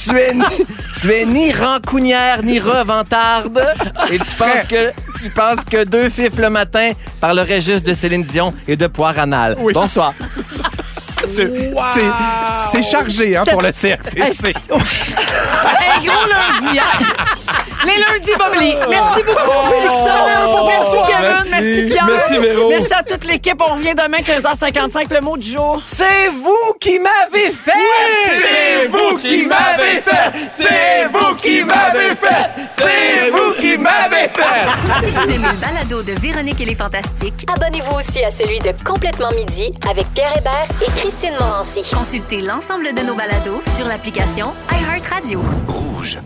Tu es, ni- tu es ni rancunière ni reventarde. Et tu penses que, tu penses que deux fifs le matin par le registre de Céline Dion et de poire anal. Bonsoir. C'est c'est chargé hein, pour le CRTC. [LAUGHS] Un gros lundi. hein. Les lundis boblés. Merci beaucoup, Oh. Félixon. Merci, Kevin. Merci, Pierre. Merci, Véro. Merci à toute l'équipe. On revient demain, 15h55. Le mot du jour. C'est vous qui m'avez fait! c'est vous qui m'avez fait! C'est vous qui m'avez fait! C'est vous qui m'avez fait! Si vous aimez le balado de Véronique et les Fantastiques, Abonnez-vous aussi à celui de Complètement Midi avec Pierre Hébert et Christine Morancy. consultez l'ensemble de nos balados sur l'application iHeartRadio. Rouge.